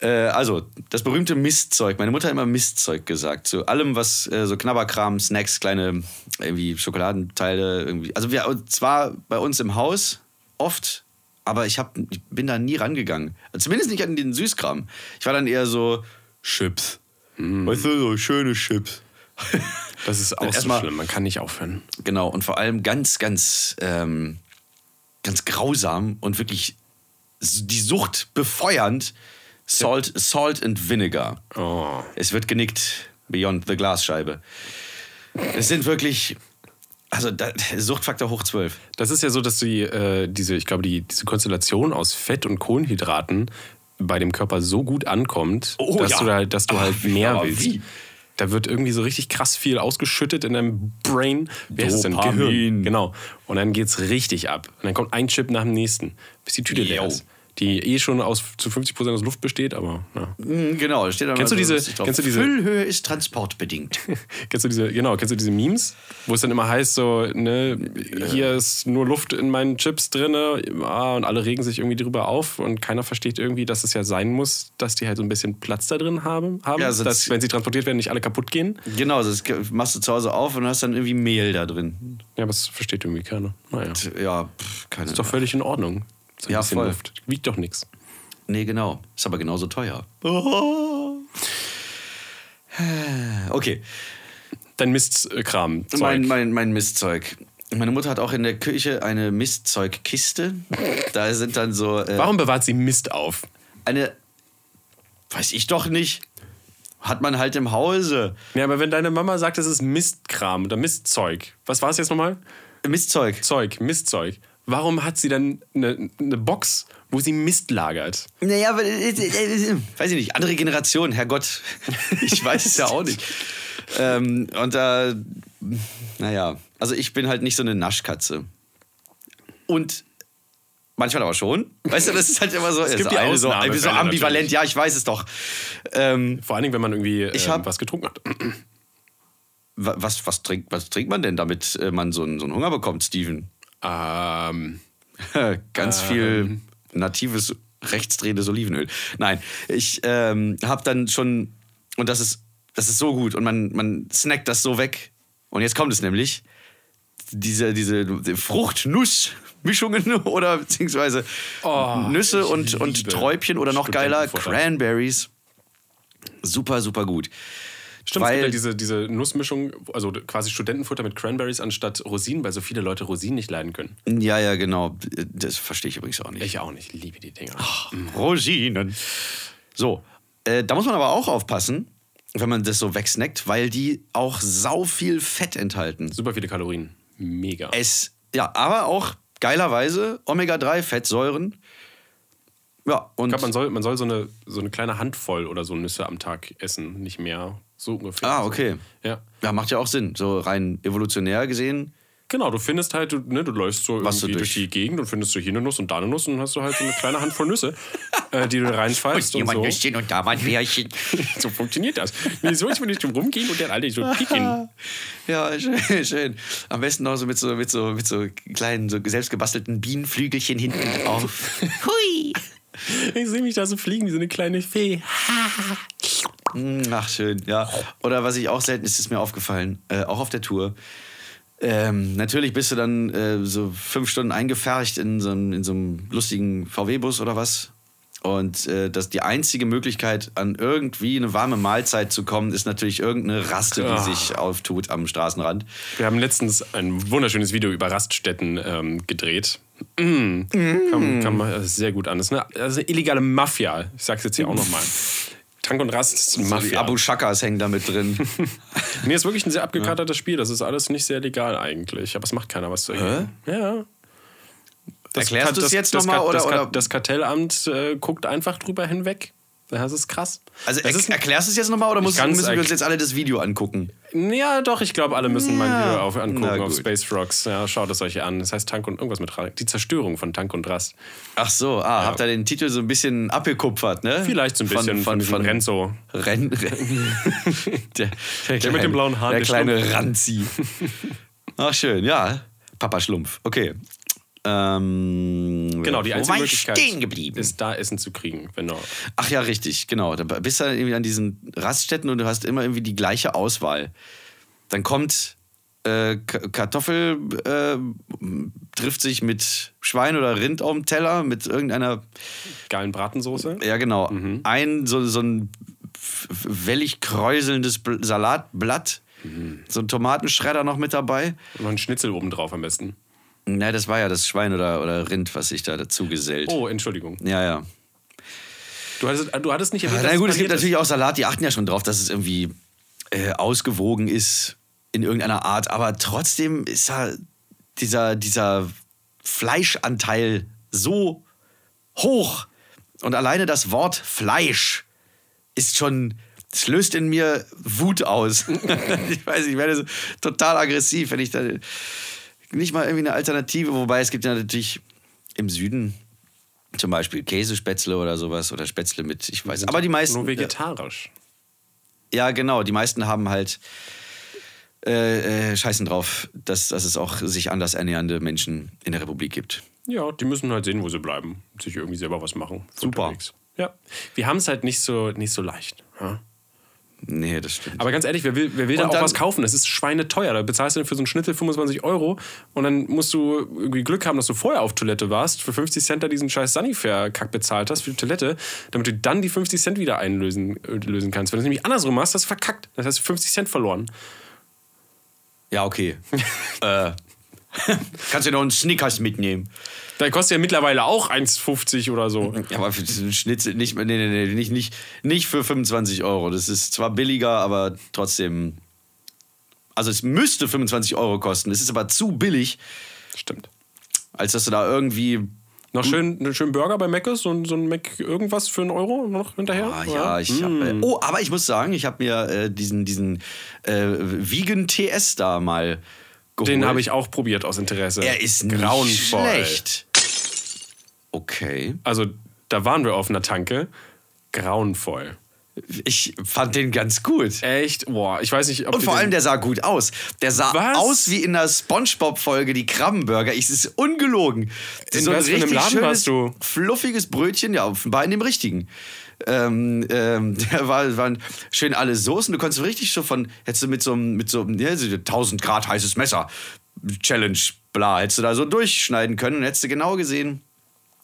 Speaker 1: Äh, also, das berühmte Mistzeug. Meine Mutter hat immer Mistzeug gesagt. Zu allem, was äh, so Knabberkram, Snacks, kleine irgendwie Schokoladenteile. Irgendwie. Also, wir, zwar bei uns im Haus oft, aber ich, hab, ich bin da nie rangegangen. Also, Zumindest nicht an den Süßkram. Ich war dann eher so Chips. Weißt du, so schöne Chips.
Speaker 2: Hm. Das ist auch so
Speaker 1: erstmal-
Speaker 2: schlimm, man kann nicht aufhören.
Speaker 1: Genau, und vor allem ganz, ganz, ähm, ganz grausam und wirklich s- die Sucht befeuernd. Salt, Salt and Vinegar.
Speaker 2: Oh.
Speaker 1: Es wird genickt. Beyond the Glasscheibe. Es sind wirklich. Also, da, Suchtfaktor hoch 12.
Speaker 2: Das ist ja so, dass die, äh, diese, ich glaube, die, diese Konstellation aus Fett und Kohlenhydraten bei dem Körper so gut ankommt,
Speaker 1: Oh,
Speaker 2: dass,
Speaker 1: ja.
Speaker 2: du da, dass du
Speaker 1: Ach,
Speaker 2: halt mehr
Speaker 1: aber
Speaker 2: willst.
Speaker 1: wie?
Speaker 2: Da wird irgendwie so richtig krass viel ausgeschüttet in deinem Brain. Wie heißt es denn?
Speaker 1: Dopamin.
Speaker 2: Gehirn. Genau. Und dann geht's richtig ab. Und dann kommt ein Chip nach dem nächsten, bis die Tüte leer
Speaker 1: Yo.
Speaker 2: ist. Die eh schon aus, zu 50% aus Luft besteht, aber ja.
Speaker 1: Mhm, genau, steht da
Speaker 2: Kennst
Speaker 1: mal so
Speaker 2: du diese-
Speaker 1: lustig drauf.
Speaker 2: kennst du diese-
Speaker 1: Füllhöhe ist transportbedingt.
Speaker 2: Kennst du diese, genau, kennst du diese Memes, wo es dann immer heißt, so, ne, hier ist nur Luft in meinen Chips drinne ah, und alle regen sich irgendwie drüber auf und keiner versteht irgendwie, dass es ja sein muss, dass die halt so ein bisschen Platz da drin haben, haben
Speaker 1: Ja, also sonst-
Speaker 2: dass, wenn sie transportiert werden, nicht alle kaputt gehen.
Speaker 1: genau, das machst du zu Hause auf und hast dann irgendwie Mehl da drin.
Speaker 2: Ja, aber das versteht irgendwie keiner. Naja, ist
Speaker 1: Ja, pff, keine
Speaker 2: doch völlig in Ordnung. So ein
Speaker 1: Ja,
Speaker 2: bisschen
Speaker 1: voll.
Speaker 2: Luft. Wiegt doch nichts.
Speaker 1: Nee, genau. Ist aber genauso teuer. Okay,
Speaker 2: Dein Mistkram.
Speaker 1: mein, mein, mein Mistzeug. Meine Mutter hat auch in der Küche eine Mistzeugkiste. Da sind dann so äh,
Speaker 2: Warum bewahrt sie Mist auf?
Speaker 1: eine, weiß ich doch nicht, hat man halt im Hause.
Speaker 2: Ja, aber wenn deine Mama sagt, es ist Mistkram oder Mistzeug, was war es jetzt nochmal?
Speaker 1: Mistzeug.
Speaker 2: Zeug, Mistzeug. Warum hat sie dann eine, eine Box, wo sie Mist lagert?
Speaker 1: Naja, aber, äh, äh, äh, weiß ich nicht, andere Generation, Herrgott. Ich weiß es ja auch nicht. Ähm, und da, naja, also ich bin halt nicht so eine Naschkatze. Und manchmal aber schon. Weißt du, das ist halt immer so, es
Speaker 2: gibt die
Speaker 1: so,
Speaker 2: Ausnahmefälle
Speaker 1: so ambivalent,
Speaker 2: natürlich.
Speaker 1: ja, ich weiß es doch. Ähm,
Speaker 2: Vor allen Dingen, wenn man irgendwie ähm,
Speaker 1: hab-
Speaker 2: was getrunken hat.
Speaker 1: wa- was, was, trinkt, was trinkt man denn, damit äh, man so einen, so einen Hunger bekommt, Steven?
Speaker 2: Ähm,
Speaker 1: Ganz viel natives, rechtsdrehendes Olivenöl. Nein, ich ähm, habe dann schon, und das ist, das ist so gut, und man, man snackt das so weg. Und jetzt kommt es nämlich, diese, diese Frucht-Nuss-Mischungen oder beziehungsweise
Speaker 2: Oh, ich
Speaker 1: Nüsse und,
Speaker 2: liebe
Speaker 1: und Träubchen oder noch geiler,
Speaker 2: Studentenfutter.
Speaker 1: Cranberries. Super, super gut.
Speaker 2: stimmt, es
Speaker 1: Weil-
Speaker 2: gibt ja diese, diese Nussmischung, also quasi Studentenfutter mit Cranberries anstatt Rosinen, weil so viele Leute Rosinen nicht leiden können.
Speaker 1: Ja, ja, genau. Das verstehe ich übrigens auch nicht.
Speaker 2: Ich auch nicht, liebe die Dinger.
Speaker 1: Rosinen. So, äh, da muss man aber auch aufpassen, wenn man das so wegsnackt, weil die auch sau viel Fett enthalten.
Speaker 2: Super viele Kalorien. Mega.
Speaker 1: Es, ja, aber auch geilerweise Omega-3-Fettsäuren. Ja, und.
Speaker 2: Ich glaube, man soll, man soll so, eine, so eine kleine Handvoll oder so Nüsse am Tag essen, nicht mehr. So ungefähr.
Speaker 1: Ah, okay.
Speaker 2: Ja.
Speaker 1: ja, macht ja auch Sinn. So rein evolutionär gesehen.
Speaker 2: Genau, du findest halt, du, ne, du läufst so
Speaker 1: Was
Speaker 2: irgendwie
Speaker 1: du
Speaker 2: durch.
Speaker 1: durch-
Speaker 2: die Gegend und findest du hier eine Nuss und da eine Nuss und dann hast du halt so eine kleine Handvoll Nüsse, äh, die du reinfallst und so.
Speaker 1: und da mal ein Bärchen.
Speaker 2: So funktioniert das. Wieso ich will nicht drum rumgehen und dann alle so picken?
Speaker 1: Ja, schön, schön. Am besten noch so mit so, mit so, mit so kleinen, so selbstgebastelten Bienenflügelchen hinten drauf. Hui!
Speaker 2: Ich sehe mich da so fliegen wie so eine kleine Fee.
Speaker 1: Mm, Ach, schön, ja. Oder was ich auch selten ist, ist mir aufgefallen, äh, auch auf der Tour. Ähm, natürlich bist du dann äh, so fünf Stunden eingefercht in so, einem- in so einem lustigen VW-Bus oder was. Und äh, das, die einzige Möglichkeit, an irgendwie eine warme Mahlzeit zu kommen, ist natürlich irgendeine Raste, die
Speaker 2: Ah.
Speaker 1: sich auftut am Straßenrand.
Speaker 2: Wir haben letztens ein wunderschönes Video über Raststätten ähm, gedreht. Mm. Kam, kam äh, sehr gut an. Das ist, eine, das ist eine illegale Mafia. Ich sag's jetzt hier auch nochmal. Tank und Rast ist eine
Speaker 1: Die
Speaker 2: Mafia.
Speaker 1: Abu Shakas hängen da mit drin.
Speaker 2: Nee, ist wirklich ein sehr abgekatertes Spiel. Das ist alles nicht sehr legal eigentlich. Aber es macht keiner was dagegen. Ja.
Speaker 1: Erklärst du's
Speaker 2: das-
Speaker 1: jetzt
Speaker 2: das-
Speaker 1: noch mal,
Speaker 2: das-
Speaker 1: oder-
Speaker 2: Das,
Speaker 1: oder-
Speaker 2: das Kartellamt äh, guckt einfach drüber hinweg. Das ist krass.
Speaker 1: Also
Speaker 2: das ist,
Speaker 1: er, erklärst du es jetzt nochmal oder muss,
Speaker 2: kann's
Speaker 1: müssen wir
Speaker 2: erkl-
Speaker 1: uns jetzt alle das Video angucken?
Speaker 2: ja, doch, ich glaube, alle müssen mal
Speaker 1: Ja.
Speaker 2: hier auf, angucken
Speaker 1: Na
Speaker 2: auf
Speaker 1: gut.
Speaker 2: Space Rocks. Ja, schaut es euch an. Das heißt Tank und irgendwas mit Rast. Die Zerstörung von Tank und Rast.
Speaker 1: Ach so, ah, habt ihr den Titel so ein bisschen abgekupfert, ne?
Speaker 2: Vielleicht so ein bisschen von, diesem Renzo.
Speaker 1: Ren, Ren, der, der,
Speaker 2: mit dem blauen Haaren,
Speaker 1: Der
Speaker 2: der
Speaker 1: kleine Ranzi. Ach schön, ja. Papa Schlumpf. Okay. Ähm,
Speaker 2: Genau, die
Speaker 1: wo
Speaker 2: einzige
Speaker 1: war ich
Speaker 2: Möglichkeit
Speaker 1: stehen geblieben.
Speaker 2: ist, da Essen zu kriegen. Genau.
Speaker 1: Ach ja, richtig, genau. Da bist du dann irgendwie an diesen Raststätten und du hast immer irgendwie die gleiche Auswahl. Dann kommt äh, K- Kartoffel, äh, trifft sich mit Schwein oder Rind auf dem Teller, mit irgendeiner,
Speaker 2: Geilen Bratensoße.
Speaker 1: ja genau,
Speaker 2: Mhm.
Speaker 1: ein so, so ein f- f- wellig kräuselndes Bl- Salatblatt,
Speaker 2: Mhm.
Speaker 1: so ein Tomatenschredder noch mit dabei.
Speaker 2: Und noch ein Schnitzel obendrauf am besten.
Speaker 1: Na, das war ja das Schwein oder, oder Rind, was sich da dazu gesellt.
Speaker 2: Oh, Entschuldigung.
Speaker 1: Ja, ja.
Speaker 2: Du hattest, du hattest nicht erwähnt,
Speaker 1: Na
Speaker 2: dass
Speaker 1: gut, es gibt
Speaker 2: passiert ist.
Speaker 1: natürlich auch Salat, die achten ja schon drauf, dass es irgendwie äh, ausgewogen ist in irgendeiner Art, aber trotzdem ist ja dieser, dieser Fleischanteil so hoch und alleine das Wort Fleisch ist schon, es löst in mir Wut aus. ich weiß, ich werde so total aggressiv, wenn ich da nicht mal irgendwie eine Alternative, wobei es gibt ja natürlich im Süden zum Beispiel Käsespätzle oder sowas oder Spätzle mit, ich weiß, aber die meisten.
Speaker 2: Nur vegetarisch.
Speaker 1: Ja, genau. Die meisten haben halt äh, äh, Scheißen drauf, dass, dass es auch sich anders ernährende Menschen in der Republik gibt.
Speaker 2: Ja, die müssen halt sehen, wo sie bleiben. Sich irgendwie selber was machen.
Speaker 1: Super.
Speaker 2: Ja. Wir haben es halt nicht so, nicht so leicht. Ja?
Speaker 1: Nee, das stimmt.
Speaker 2: Aber ganz ehrlich, wer will, wer will da
Speaker 1: Und
Speaker 2: auch
Speaker 1: dann-
Speaker 2: was kaufen? Das ist schweineteuer. Da bezahlst du dann für so einen Schnittel 25 Euro und dann musst du irgendwie Glück haben, dass du vorher auf Toilette warst, für 50 Cent da diesen scheiß Sunnyfair-Kack bezahlt hast für die Toilette, damit du dann die 50 Cent wieder einlösen äh, lösen kannst. Wenn du es nämlich andersrum machst, hast du verkackt. Das heißt, 50 Cent verloren.
Speaker 1: ja, okay. äh, kannst du noch einen Snickers mitnehmen?
Speaker 2: Da kostet ja mittlerweile auch 1,50 oder so.
Speaker 1: Ja, aber für einen Schnitzel nicht, nee, nee, nee, nicht, nicht, nicht für 25 Euro. Das ist zwar billiger, aber trotzdem. Also es müsste 25 Euro kosten. Es ist aber zu billig,
Speaker 2: Stimmt.
Speaker 1: als dass du da irgendwie.
Speaker 2: Noch schön, einen schönen Burger bei Mc's, so, ein- so ein Mac irgendwas für einen Euro noch hinterher? Hm?
Speaker 1: Ah, ja, ich hab, äh, oh, aber ich muss sagen, ich habe mir äh, diesen, diesen äh, Vegan TS da mal geholt.
Speaker 2: Den habe ich auch probiert aus Interesse.
Speaker 1: Er ist nicht
Speaker 2: grauenvoll.
Speaker 1: schlecht. Okay.
Speaker 2: Also, da waren wir auf einer Tanke. Grauenvoll.
Speaker 1: Ich fand den ganz gut.
Speaker 2: Echt? Boah, ich weiß nicht, ob
Speaker 1: Und
Speaker 2: die
Speaker 1: vor allem,
Speaker 2: den,
Speaker 1: der sah gut aus. Der sah
Speaker 2: Was?
Speaker 1: aus wie in der Spongebob-Folge, die Krabbenburger. Ich, es ist ungelogen.
Speaker 2: In was für einem Laden warst du?
Speaker 1: fluffiges Brötchen, ja, offenbar in dem richtigen. Ähm, ähm, da war, waren schön alle Soßen. Du konntest richtig schon von, hättest du mit so einem, mit so einem ja, so 1000 Grad heißes Messer, Challenge, bla, hättest du da so durchschneiden können und hättest du genau gesehen.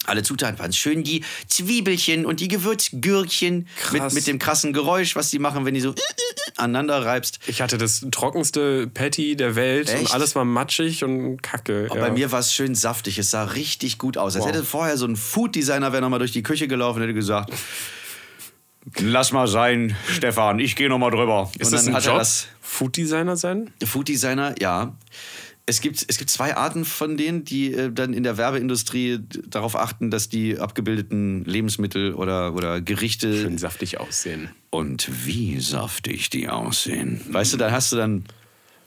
Speaker 1: Alle Zutaten waren schön, die Zwiebelchen und die Gewürzgürkchen mit,
Speaker 2: Krass.
Speaker 1: mit dem krassen Geräusch, was die machen, wenn die so aneinander reibst.
Speaker 2: ich hatte das trockenste Patty der Welt und
Speaker 1: Echt?
Speaker 2: alles war matschig und kacke.
Speaker 1: Aber
Speaker 2: ja.
Speaker 1: bei mir war es schön saftig. Es sah richtig gut aus. Als hätte vorher so ein Food-Designer wäre nochmal durch die Küche gelaufen und hätte gesagt: Lass mal sein, Stefan, ich gehe nochmal drüber.
Speaker 2: ist
Speaker 1: und
Speaker 2: das
Speaker 1: dann
Speaker 2: ein
Speaker 1: hat
Speaker 2: Job?
Speaker 1: er das
Speaker 2: Food Designer sein?
Speaker 1: Food-Designer, ja. Es gibt, es gibt zwei Arten von denen, die äh, dann in der Werbeindustrie d- darauf achten, dass die abgebildeten Lebensmittel oder, oder Gerichte
Speaker 2: Schön saftig aussehen.
Speaker 1: und wie saftig die aussehen. Weißt du, dann hast du dann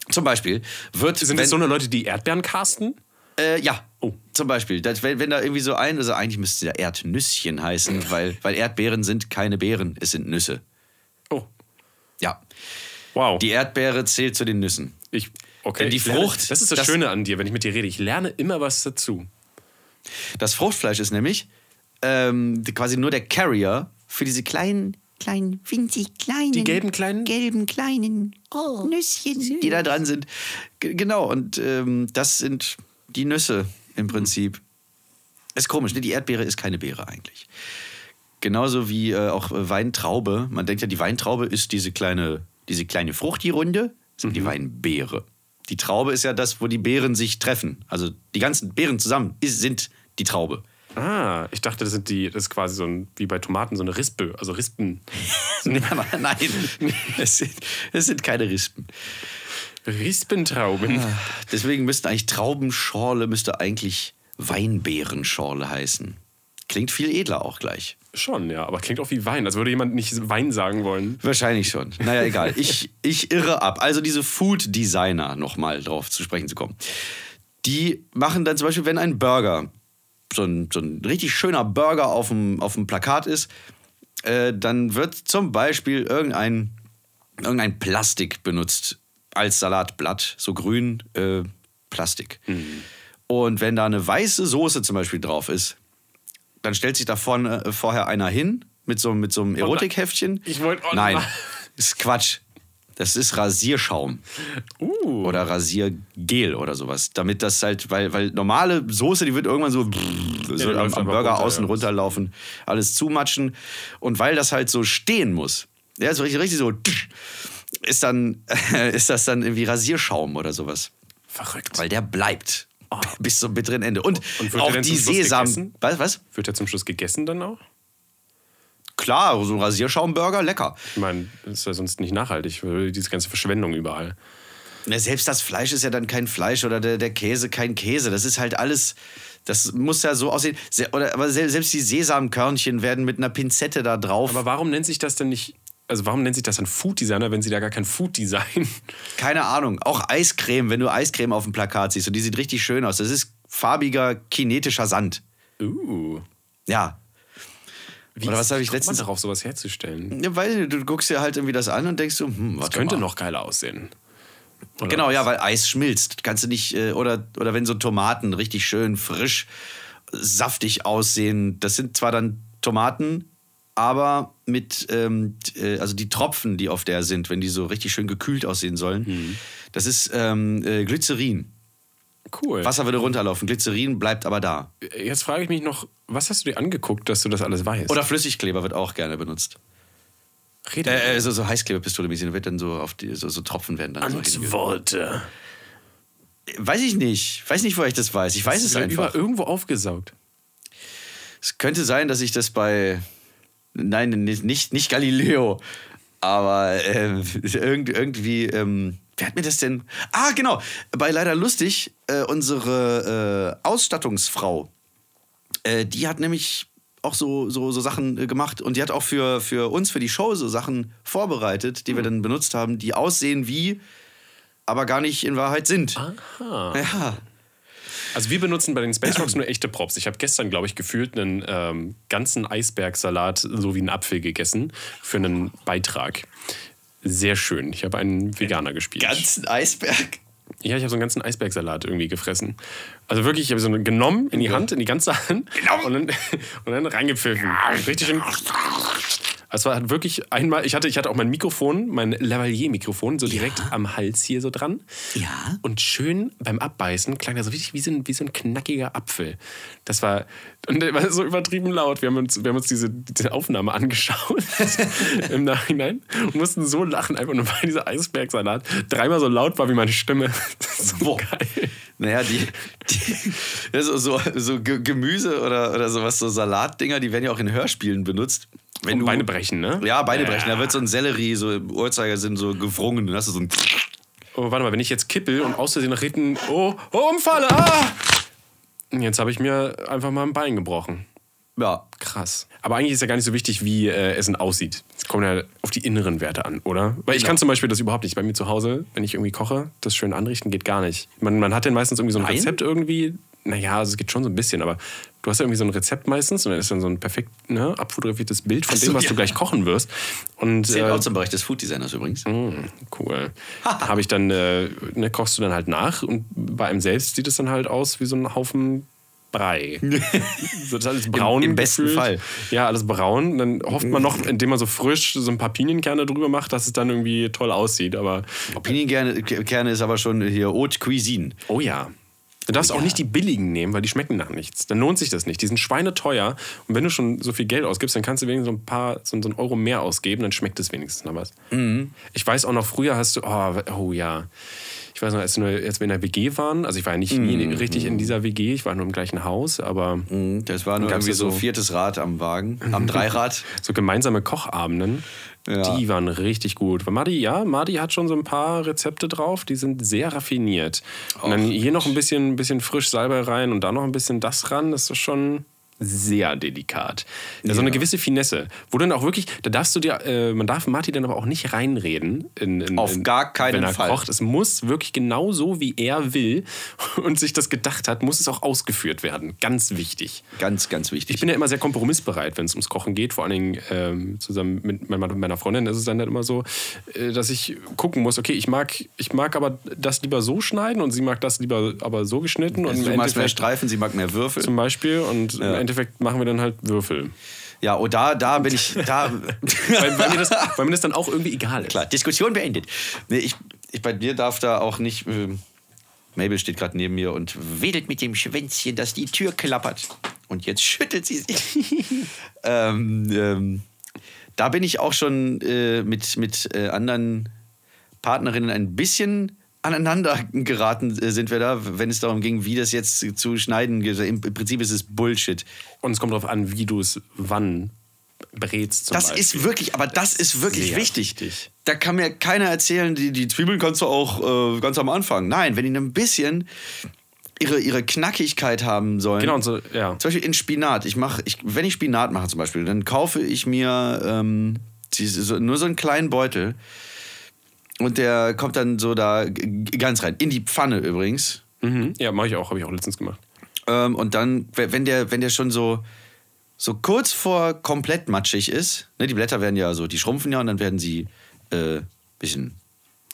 Speaker 1: zum Beispiel wird
Speaker 2: Sind
Speaker 1: wenn-
Speaker 2: das so eine Leute, die Erdbeeren casten?
Speaker 1: Äh, ja.
Speaker 2: Oh.
Speaker 1: Zum Beispiel, das, wenn, wenn da irgendwie so ein, also eigentlich müsste der Erdnüsschen heißen, weil, weil Erdbeeren sind keine Beeren, es sind Nüsse.
Speaker 2: Oh,
Speaker 1: Ja.
Speaker 2: wow.
Speaker 1: Die Erdbeere zählt zu den Nüssen.
Speaker 2: ich, okay,
Speaker 1: Denn die
Speaker 2: ich lerne-
Speaker 1: Frucht,
Speaker 2: Das ist das,
Speaker 1: das-
Speaker 2: Schöne an dir, wenn ich mit dir rede. Ich lerne immer was dazu.
Speaker 1: Das Fruchtfleisch ist nämlich ähm, die- quasi nur der Carrier für diese kleinen,
Speaker 3: kleinen, winzig kleinen. Die
Speaker 2: gelben kleinen? Oh.
Speaker 3: Gelben kleinen Nüsschen.
Speaker 1: die da dran sind. G genau, und ähm, das sind die Nüsse im Prinzip. Ist komisch, ne? Die Erdbeere ist keine Beere eigentlich. Genauso wie äh, auch äh, Weintraube. Man denkt ja, die Weintraube ist diese kleine, diese kleine Frucht, die runde, sind die Weinbeere. Die Traube ist ja das, wo die Beeren sich treffen. Also die ganzen Beeren zusammen ist, sind die Traube.
Speaker 2: Ah, ich dachte, das sind die, das ist quasi so ein, wie bei Tomaten, so eine Rispe, also Rispen.
Speaker 1: Aber Nein, es sind, es sind keine Rispen.
Speaker 2: Rispentrauben.
Speaker 1: Deswegen müssten eigentlich Traubenschorle müsste eigentlich Weinbeerenschorle heißen. Klingt viel edler auch gleich.
Speaker 2: Schon, ja, aber klingt auch wie Wein, als würde jemand nicht Wein sagen wollen.
Speaker 1: Wahrscheinlich schon. Naja, egal. Ich, ich irre ab. Also diese Food Designer nochmal drauf zu sprechen zu kommen. Die machen dann zum Beispiel, wenn ein Burger, so ein, so ein richtig schöner Burger auf dem, auf dem Plakat ist, äh, dann wird zum Beispiel irgendein, irgendein
Speaker 2: Mhm.
Speaker 1: Plastik benutzt als Salatblatt, so grün äh, Plastik. Und wenn da eine weiße Soße zum Beispiel drauf ist, dann stellt sich da vorne, äh, vorher einer hin mit so, mit so einem Erotikheftchen.
Speaker 2: Ich wollte- oh
Speaker 1: Nein,
Speaker 2: nein.
Speaker 1: ist Quatsch. Das ist Rasierschaum
Speaker 2: Uh.
Speaker 1: oder Rasiergel oder sowas. Damit das halt, weil, weil normale Soße, die wird irgendwann so, so
Speaker 2: die
Speaker 1: am,
Speaker 2: läuft
Speaker 1: am
Speaker 2: einfach
Speaker 1: Burger
Speaker 2: runter,
Speaker 1: außen
Speaker 2: ja.
Speaker 1: runterlaufen, alles zumatschen. Und weil das halt so stehen muss, ja, so richtig, richtig so, tsch, ist, dann, ist das dann irgendwie Rasierschaum oder sowas.
Speaker 2: Verrückt.
Speaker 1: Weil der bleibt. Bis zum bitteren Ende. Und,
Speaker 2: Ah. Und wird
Speaker 1: auch
Speaker 2: der denn
Speaker 1: die
Speaker 2: zum Schluss
Speaker 1: Sesam.
Speaker 2: gegessen?
Speaker 1: Was, was?
Speaker 2: Wird der zum Schluss gegessen dann auch?
Speaker 1: Klar, so ein Rasierschaumburger, lecker.
Speaker 2: Ich meine, das ist ja sonst nicht nachhaltig, weil diese ganze Verschwendung überall.
Speaker 1: Na, Selbst das Fleisch ist ja dann kein Fleisch oder der, der Käse kein Käse. Das ist halt alles, das muss ja so aussehen. Se, oder, aber se- selbst die Sesamkörnchen werden mit einer Pinzette da drauf.
Speaker 2: Aber warum nennt sich das denn nicht, also warum nennt sich das dann Food Designer, wenn sie da gar kein Food Design?
Speaker 1: Keine Ahnung. Auch Eiscreme, wenn du Eiscreme auf dem Plakat siehst und die sieht richtig schön aus. Das ist farbiger kinetischer Sand.
Speaker 2: Uh.
Speaker 1: Ja.
Speaker 2: Wie
Speaker 1: Oder was habe ich
Speaker 2: kommt
Speaker 1: letztens-
Speaker 2: man darauf, sowas herzustellen?
Speaker 1: ja weil du, du guckst dir halt irgendwie das an und denkst so, hm, was
Speaker 2: Das könnte noch geiler aussehen. Oder?
Speaker 1: Genau, ja, weil Eis schmilzt. Kannst du nicht, äh, oder, oder wenn so Tomaten richtig schön frisch, saftig aussehen. Das sind zwar dann Tomaten, aber mit, ähm, t- äh, also die Tropfen, die auf der sind, wenn die so richtig schön gekühlt aussehen sollen, das ist ähm, äh, Glycerin.
Speaker 2: Cool.
Speaker 1: Wasser würde runterlaufen, Glycerin bleibt aber da.
Speaker 2: Jetzt frage ich mich noch, was hast du dir angeguckt, dass du das alles weißt?
Speaker 1: Oder Flüssigkleber wird auch gerne benutzt.
Speaker 2: rede
Speaker 1: Äh, äh, so, so Heißkleberpistole-mäßig, da wird dann so auf die, so, so Tropfen werden dann so hinge-
Speaker 2: Antworte.
Speaker 1: Ah, Weiß ich nicht. Weiß nicht, woher ich das weiß. Ich weiß es einfach.
Speaker 2: Über irgendwo aufgesaugt.
Speaker 1: Es könnte sein, dass ich das bei. Nein, nicht, nicht, nicht Galileo. Aber ähm, irgend, irgendwie. Ähm, wer hat mir das denn. Ah, genau. Bei Leider Lustig, äh, unsere äh, Ausstattungsfrau, äh, die hat nämlich auch so, so, so Sachen äh, gemacht und die hat auch für, für uns, für die Show, so Sachen vorbereitet, die wir dann benutzt haben, die aussehen wie, aber gar nicht in Wahrheit sind.
Speaker 2: Aha.
Speaker 1: Ja.
Speaker 2: Also wir benutzen bei den Space Rocks nur echte Props. Ich habe gestern, glaube ich, gefühlt einen ähm, ganzen Eisbergsalat sowie einen Apfel gegessen für einen Beitrag. Sehr schön. Ich habe einen
Speaker 1: Äh,
Speaker 2: Veganer gespielt.
Speaker 1: Ganzen Eisberg.
Speaker 2: Ja, ich habe so einen ganzen Eisbergsalat irgendwie gefressen. Also wirklich, ich habe so einen genommen in die Hand, in die ganze Hand und dann, und dann reingepfiffen. Richtig schön. Es war hat wirklich einmal, ich hatte, ich hatte auch mein Mikrofon, mein Lavalier-Mikrofon, so direkt am Hals hier so dran.
Speaker 3: Ja.
Speaker 2: Und schön beim Abbeißen klang das so richtig wie so ein, wie so ein knackiger Apfel. Das war, und der war so übertrieben laut. Wir haben uns, wir haben uns diese, diese Aufnahme angeschaut im Nachhinein und mussten so lachen, einfach nur weil dieser Eisbergsalat dreimal so laut war wie meine Stimme. Das ist so geil.
Speaker 1: Naja, die, die ja, so, so, so Ge- Gemüse oder, oder sowas, so Salatdinger, die werden ja auch in Hörspielen benutzt. Wenn
Speaker 2: Und Beine brechen, ne?
Speaker 1: Ja, Beine brechen. Da wird so ein Sellerie, so im Uhrzeigersinn so gewrungen. Dann hast du so ein.
Speaker 2: Oh, warte mal, wenn ich jetzt kippel und aus Versehen nach hinten, oh, oh, umfalle, ah! Jetzt habe ich mir einfach mal ein Bein gebrochen.
Speaker 1: Ja.
Speaker 2: Krass. Aber eigentlich ist ja gar nicht so wichtig, wie äh, Essen aussieht. Es kommt ja auf die inneren Werte an, oder? Weil ich
Speaker 1: Genau.
Speaker 2: kann zum Beispiel das überhaupt nicht. Bei mir zu Hause, wenn ich irgendwie koche, das schön anrichten geht gar nicht. Man, man hat dann meistens irgendwie so ein Rezept irgendwie. Naja, also es geht schon so ein bisschen, aber du hast ja irgendwie so ein Rezept meistens und dann ist dann so ein perfekt ne, abfotografiertes Bild von
Speaker 1: Ach so,
Speaker 2: dem, was
Speaker 1: ja.
Speaker 2: du gleich kochen wirst. Und
Speaker 1: Zählt
Speaker 2: äh,
Speaker 1: auch zum Bereich des Food Designers übrigens.
Speaker 2: Mm, Cool. Da habe ich dann, äh, ne, kochst du dann halt nach und bei einem selbst sieht es dann halt aus wie so ein Haufen Brei. so das ist alles braun.
Speaker 1: im besten
Speaker 2: gefühlt.
Speaker 1: Fall.
Speaker 2: Ja, alles braun. Dann hofft man noch, indem man so frisch so ein paar Pinienkerne drüber macht, dass es dann irgendwie toll aussieht. Aber
Speaker 1: Pinienkerne Kerne ist aber schon hier Haute Cuisine.
Speaker 2: oh ja. Du darfst auch nicht die billigen nehmen, weil die schmecken nach nichts. Dann lohnt sich das nicht. Die sind schweineteuer. Und wenn du schon so viel Geld ausgibst, dann kannst du wenigstens so ein paar, so, so einen Euro mehr ausgeben, dann schmeckt es wenigstens noch was. Ich weiß auch noch, früher hast du, oh, oh ja. Ich weiß noch, als, wir- als wir in der WG waren, also ich war ja nicht nie richtig in dieser WG, ich war nur im gleichen Haus, aber
Speaker 1: Das war nur
Speaker 2: Mhm. Gab's
Speaker 1: irgendwie
Speaker 2: da
Speaker 1: so
Speaker 2: so-
Speaker 1: viertes Rad am Wagen, am Dreirad.
Speaker 2: so gemeinsame Kochabenden,
Speaker 1: Ja.
Speaker 2: die waren richtig gut. Weil Madi, ja, Madi hat schon so ein paar Rezepte drauf, die sind sehr raffiniert. Und dann hier noch ein bisschen, bisschen frisch Salbei rein und da noch ein bisschen das ran, das ist schon sehr delikat. Ja. So eine gewisse Finesse, wo dann auch wirklich, da darfst du dir, äh, man darf Martin dann aber auch nicht reinreden. In, in,
Speaker 1: Auf
Speaker 2: in,
Speaker 1: gar keinen
Speaker 2: wenn er
Speaker 1: Fall.
Speaker 2: Kocht. Es muss wirklich genau so, wie er will und sich das gedacht hat, muss es auch ausgeführt werden. Ganz wichtig.
Speaker 1: Ganz, ganz wichtig.
Speaker 2: Ich bin ja immer sehr kompromissbereit, wenn es ums Kochen geht. Vor allen Dingen ähm, zusammen mit meiner- meiner Freundin ist es dann halt immer so, äh, dass ich gucken muss, okay, ich mag, ich mag aber das lieber so schneiden und sie mag das lieber aber so geschnitten. Und
Speaker 1: Also du
Speaker 2: im
Speaker 1: magst mehr
Speaker 2: Endeffekt
Speaker 1: Streifen, sie mag mehr Würfel.
Speaker 2: zum Beispiel. Und im Endeffekt machen wir dann halt Würfel.
Speaker 1: Ja, oh, da, da bin ich. Da.
Speaker 2: Weil, weil, mir das, weil mir das dann auch irgendwie egal ist.
Speaker 1: Klar, Diskussion beendet. Nee, ich, ich, bei dir darf da auch nicht. ähm, Mabel steht gerade neben mir und wedelt mit dem Schwänzchen, dass die Tür klappert. Und jetzt schüttelt sie sich. ähm, ähm, da bin ich auch schon äh, mit, mit äh, anderen Partnerinnen ein bisschen aneinander geraten äh, sind wir da, wenn es darum ging, wie das jetzt zu schneiden. geht. Im Prinzip ist es Bullshit.
Speaker 2: Und es kommt darauf an, wie du es wann brätst. Zum
Speaker 1: Das
Speaker 2: Beispiel.
Speaker 1: ist wirklich, aber das ist wirklich
Speaker 2: sehr
Speaker 1: wichtig.
Speaker 2: wichtig.
Speaker 1: Da kann mir keiner erzählen, die, die Zwiebeln kannst du auch äh, ganz am Anfang. Nein, wenn die ein bisschen ihre, ihre Knackigkeit haben sollen.
Speaker 2: Genau, und so, ja.
Speaker 1: Zum Beispiel in Spinat. Ich mach, ich, wenn ich Spinat mache zum Beispiel, dann kaufe ich mir ähm, diese, so, nur so einen kleinen Beutel. Und der kommt dann so da g- g- ganz rein. In die Pfanne übrigens.
Speaker 2: Mhm. Ja, mache ich auch, habe ich auch letztens gemacht.
Speaker 1: Ähm, und dann, we- wenn der, wenn der schon so, so kurz vor komplett matschig ist, ne, die Blätter werden ja so, die schrumpfen ja und dann werden sie äh, bisschen,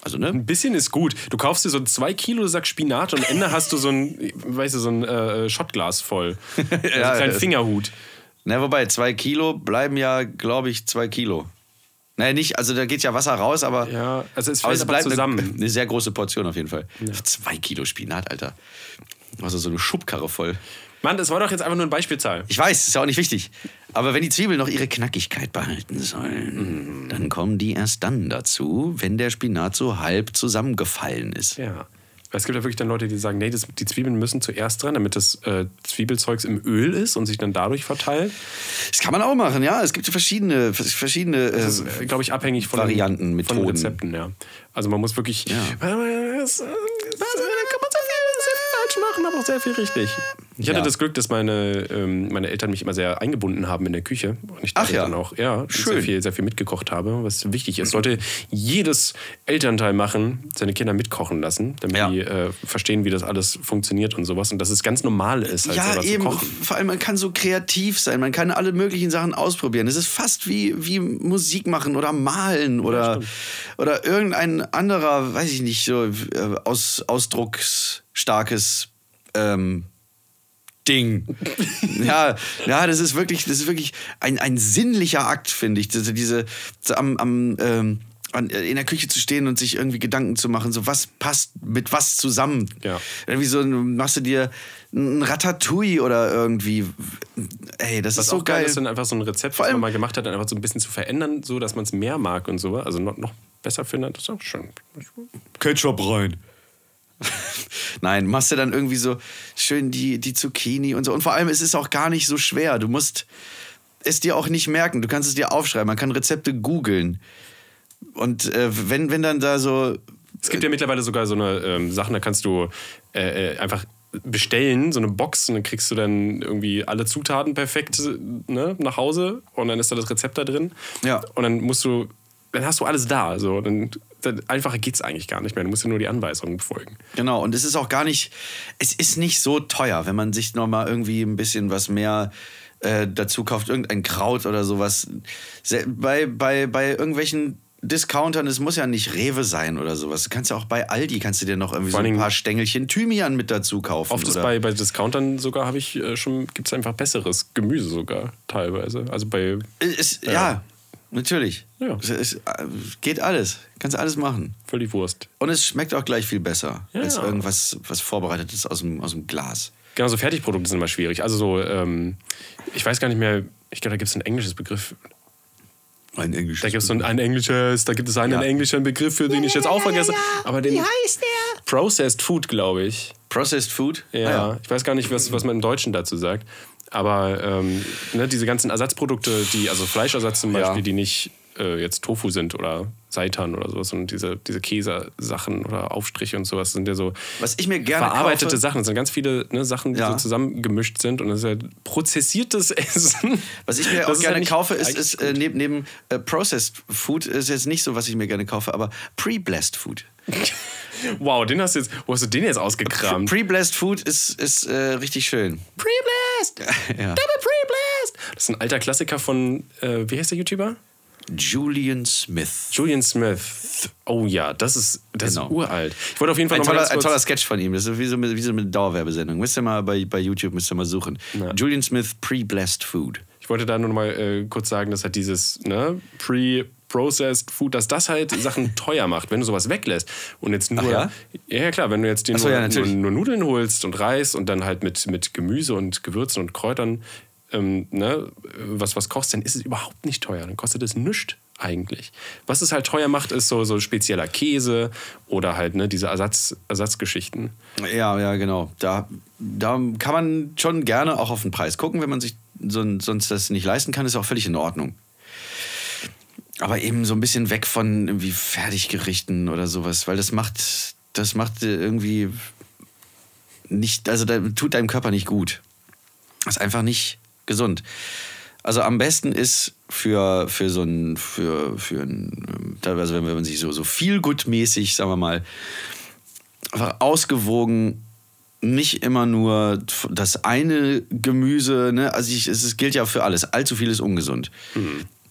Speaker 1: also ne?
Speaker 2: Ein bisschen ist gut. Du kaufst dir so einen 2 Kilo Sack Spinat und am Ende hast du so ein, weißt du, so ein äh, Schottglas voll. ja, so einen kleinen
Speaker 1: das-
Speaker 2: Fingerhut.
Speaker 1: Na, wobei, zwei Kilo bleiben ja, glaube ich, zwei Kilo. Naja, nicht, also da geht ja Wasser raus, aber,
Speaker 2: Ja, also es
Speaker 1: aber
Speaker 2: fällt
Speaker 1: es
Speaker 2: aber,
Speaker 1: bleibt Eine,
Speaker 2: zusammen.
Speaker 1: eine sehr große Portion auf jeden Fall. Zwei Kilo Spinat, Alter. Also so eine Schubkarre voll.
Speaker 2: Mann, das war doch jetzt einfach nur eine Beispielzahl.
Speaker 1: Ich weiß, ist ja auch nicht wichtig. Aber wenn die Zwiebeln noch ihre Knackigkeit behalten
Speaker 2: Mhm.
Speaker 1: sollen, dann kommen die erst dann dazu, wenn der Spinat so halb zusammengefallen ist.
Speaker 2: Ja. Weil Es gibt ja wirklich dann Leute, die sagen, nee, das, die Zwiebeln müssen zuerst dran, damit das äh, Zwiebelzeugs im Öl ist und sich dann dadurch verteilt.
Speaker 1: Das kann man auch machen, ja. Es gibt so verschiedene, verschiedene.
Speaker 2: Das
Speaker 1: Äh,
Speaker 2: ist, glaube ich, abhängig von
Speaker 1: Varianten,
Speaker 2: den,
Speaker 1: Methoden.
Speaker 2: Von Rezepten, ja. Also man muss wirklich. Ja. kann man sehr viel falsch machen, aber auch sehr viel richtig. Ich hatte
Speaker 1: Ja.
Speaker 2: das Glück, dass meine, ähm, meine Eltern mich immer sehr eingebunden haben in der Küche. Und ich
Speaker 1: Ach
Speaker 2: dadurch
Speaker 1: ja.
Speaker 2: dann auch ja,
Speaker 1: Schön.
Speaker 2: Sehr, viel, sehr viel mitgekocht habe, was wichtig ist. Sollte jedes Elternteil machen, seine Kinder mitkochen lassen, damit
Speaker 1: Ja.
Speaker 2: die äh, verstehen, wie das alles funktioniert und sowas. Und dass es ganz normal ist, halt
Speaker 1: ja,
Speaker 2: selber
Speaker 1: eben.
Speaker 2: zu kochen.
Speaker 1: Vor allem, man kann so kreativ sein. Man kann alle möglichen Sachen ausprobieren. Es ist fast wie, wie Musik machen oder malen oder, oder irgendein anderer, weiß ich nicht, so äh, aus, ausdrucksstarkes ähm, Ding. ja, ja, das ist wirklich, das ist wirklich ein, ein sinnlicher Akt, finde ich. Diese, diese so am, am ähm, an, in der Küche zu stehen und sich irgendwie Gedanken zu machen, so was passt mit was zusammen.
Speaker 2: Ja.
Speaker 1: Irgendwie so ein- machst du dir ein Ratatouille oder irgendwie. Ey, das
Speaker 2: Was
Speaker 1: ist so
Speaker 2: auch geil
Speaker 1: geil.
Speaker 2: ist, dann einfach so ein Rezept,
Speaker 1: Vor
Speaker 2: was
Speaker 1: allem-
Speaker 2: man mal gemacht hat, dann einfach so ein bisschen zu verändern, so dass man es mehr mag und so. Also noch, noch besser findet. Das ist auch schön.
Speaker 1: Ketchup rein. Nein, machst du dann irgendwie so schön die, die Zucchini und so. Und vor allem, es ist auch gar nicht so schwer. Du musst es dir auch nicht merken. Du kannst es dir aufschreiben. Man kann Rezepte googeln. Und äh, wenn, wenn dann da so.
Speaker 2: Es gibt ja mittlerweile sogar so eine ähm, Sachen, da kannst du äh, äh, einfach bestellen, so eine Box, und dann kriegst du dann irgendwie alle Zutaten perfekt ne, nach Hause und dann ist da das Rezept da drin.
Speaker 1: Ja.
Speaker 2: Und dann musst du, dann hast du alles da. So. Dann, dann einfacher geht's eigentlich gar nicht mehr. Du musst ja nur die Anweisungen befolgen.
Speaker 1: Genau, und es ist auch gar nicht. Es ist nicht so teuer, wenn man sich nochmal irgendwie ein bisschen was mehr äh, dazu kauft. Irgendein Kraut oder sowas. Se- Bei, bei, bei irgendwelchen. Discountern, es muss ja nicht Rewe sein oder sowas. Du kannst ja auch bei Aldi kannst du dir noch irgendwie so
Speaker 2: Vor allen
Speaker 1: ein
Speaker 2: Dingen-
Speaker 1: paar Stängelchen Thymian mit dazu kaufen.
Speaker 2: Oft ist
Speaker 1: oder?
Speaker 2: bei, bei Discountern sogar, habe ich äh, schon, gibt es einfach besseres Gemüse sogar teilweise. Also bei
Speaker 1: Es ist, ja. natürlich.
Speaker 2: Ja.
Speaker 1: Es ist, äh, geht alles. Kannst alles machen.
Speaker 2: völlig Wurst.
Speaker 1: Und es schmeckt auch gleich viel besser
Speaker 2: Ja.
Speaker 1: als irgendwas, was vorbereitet ist aus dem, aus dem Glas.
Speaker 2: Genau, so Fertigprodukte sind immer schwierig. Also so, ähm, ich weiß gar nicht mehr, ich glaube, da gibt es ein englisches Begriff.
Speaker 1: Ein englisches.
Speaker 2: Da gibt es so ein, ein englisches, da gibt es einen
Speaker 1: Ja.
Speaker 2: englischen Begriff, für den ich jetzt auch vergesse. Aber den
Speaker 3: Wie heißt der?
Speaker 2: Processed Food, glaube ich.
Speaker 1: Processed Food?
Speaker 2: Ah,
Speaker 1: Ah
Speaker 2: Ja, Ich weiß gar nicht, was, was man im Deutschen dazu sagt. Aber ähm, ne, diese ganzen Ersatzprodukte, die, also Fleischersatz zum
Speaker 1: Ja.
Speaker 2: Beispiel, die nicht äh, jetzt Tofu sind oder Seitan oder sowas und diese, diese Käsesachen oder Aufstriche und sowas sind ja so
Speaker 1: Was ich mir gerne
Speaker 2: verarbeitete
Speaker 1: kaufe-
Speaker 2: Sachen. Das sind ganz viele ne, Sachen, die
Speaker 1: Ja.
Speaker 2: so zusammengemischt sind und das ist halt prozessiertes Essen.
Speaker 1: Was ich mir
Speaker 2: Das
Speaker 1: auch
Speaker 2: ist
Speaker 1: gerne
Speaker 2: halt nicht-
Speaker 1: kaufe, ist, ist äh, neben, neben äh, Processed Food, ist jetzt nicht so, was ich mir gerne kaufe, aber Pre-Blessed Food.
Speaker 2: Wow, den hast du jetzt, wo hast du den jetzt ausgekramt?
Speaker 1: Pre-Blessed Food ist, ist äh, richtig schön.
Speaker 2: Pre-Blast!
Speaker 1: Ja.
Speaker 2: Double Pre-Blast! Das ist ein alter Klassiker von, äh, wie heißt der YouTuber?
Speaker 1: Julian Smith.
Speaker 2: Julian Smith. Oh ja, das ist, das
Speaker 1: Genau.
Speaker 2: ist uralt. Ich wollte auf jeden Fall
Speaker 1: Ein
Speaker 2: noch mal
Speaker 1: toller,
Speaker 2: ganz
Speaker 1: ein
Speaker 2: kurz,
Speaker 1: toller Sketch von ihm. Das ist wie so, eine- wie so eine Dauerwerbesendung. Müsst ihr mal bei, bei YouTube müsst ihr mal suchen. Julian Smith Pre-Blessed Food.
Speaker 2: Ich wollte da nur noch mal äh, kurz sagen, dass halt dieses ne, Pre-Processed Food, dass das halt Sachen teuer macht, wenn du sowas weglässt. Und jetzt nur.
Speaker 1: ja?
Speaker 2: ja, ja, klar, wenn du jetzt dir
Speaker 1: so,
Speaker 2: nur,
Speaker 1: ja,
Speaker 2: nur,
Speaker 1: natürlich.
Speaker 2: nur Nudeln holst und Reis und dann halt mit, mit Gemüse und Gewürzen und Kräutern ähm, ne, was, was kochst, dann ist es überhaupt nicht teuer. Dann kostet es nichts eigentlich. Was es halt teuer macht, ist so, so spezieller Käse oder halt ne, diese Ersatz, Ersatzgeschichten.
Speaker 1: Ja, ja, genau. Da, da kann man schon gerne auch auf den Preis gucken, wenn man sich son- sonst das nicht leisten kann, ist auch völlig in Ordnung. Aber eben so ein bisschen weg von irgendwie Fertiggerichten oder sowas, weil das macht, das macht äh, irgendwie nicht, also da tut deinem Körper nicht gut. Ist einfach nicht gesund. Also am besten ist für, für so ein, für, für ein, ähm, teilweise wenn man sich so, so viel mäßig sagen wir mal, einfach ausgewogen, nicht immer nur das eine Gemüse, ne? also ich, es, es gilt ja für alles, allzu viel ist ungesund.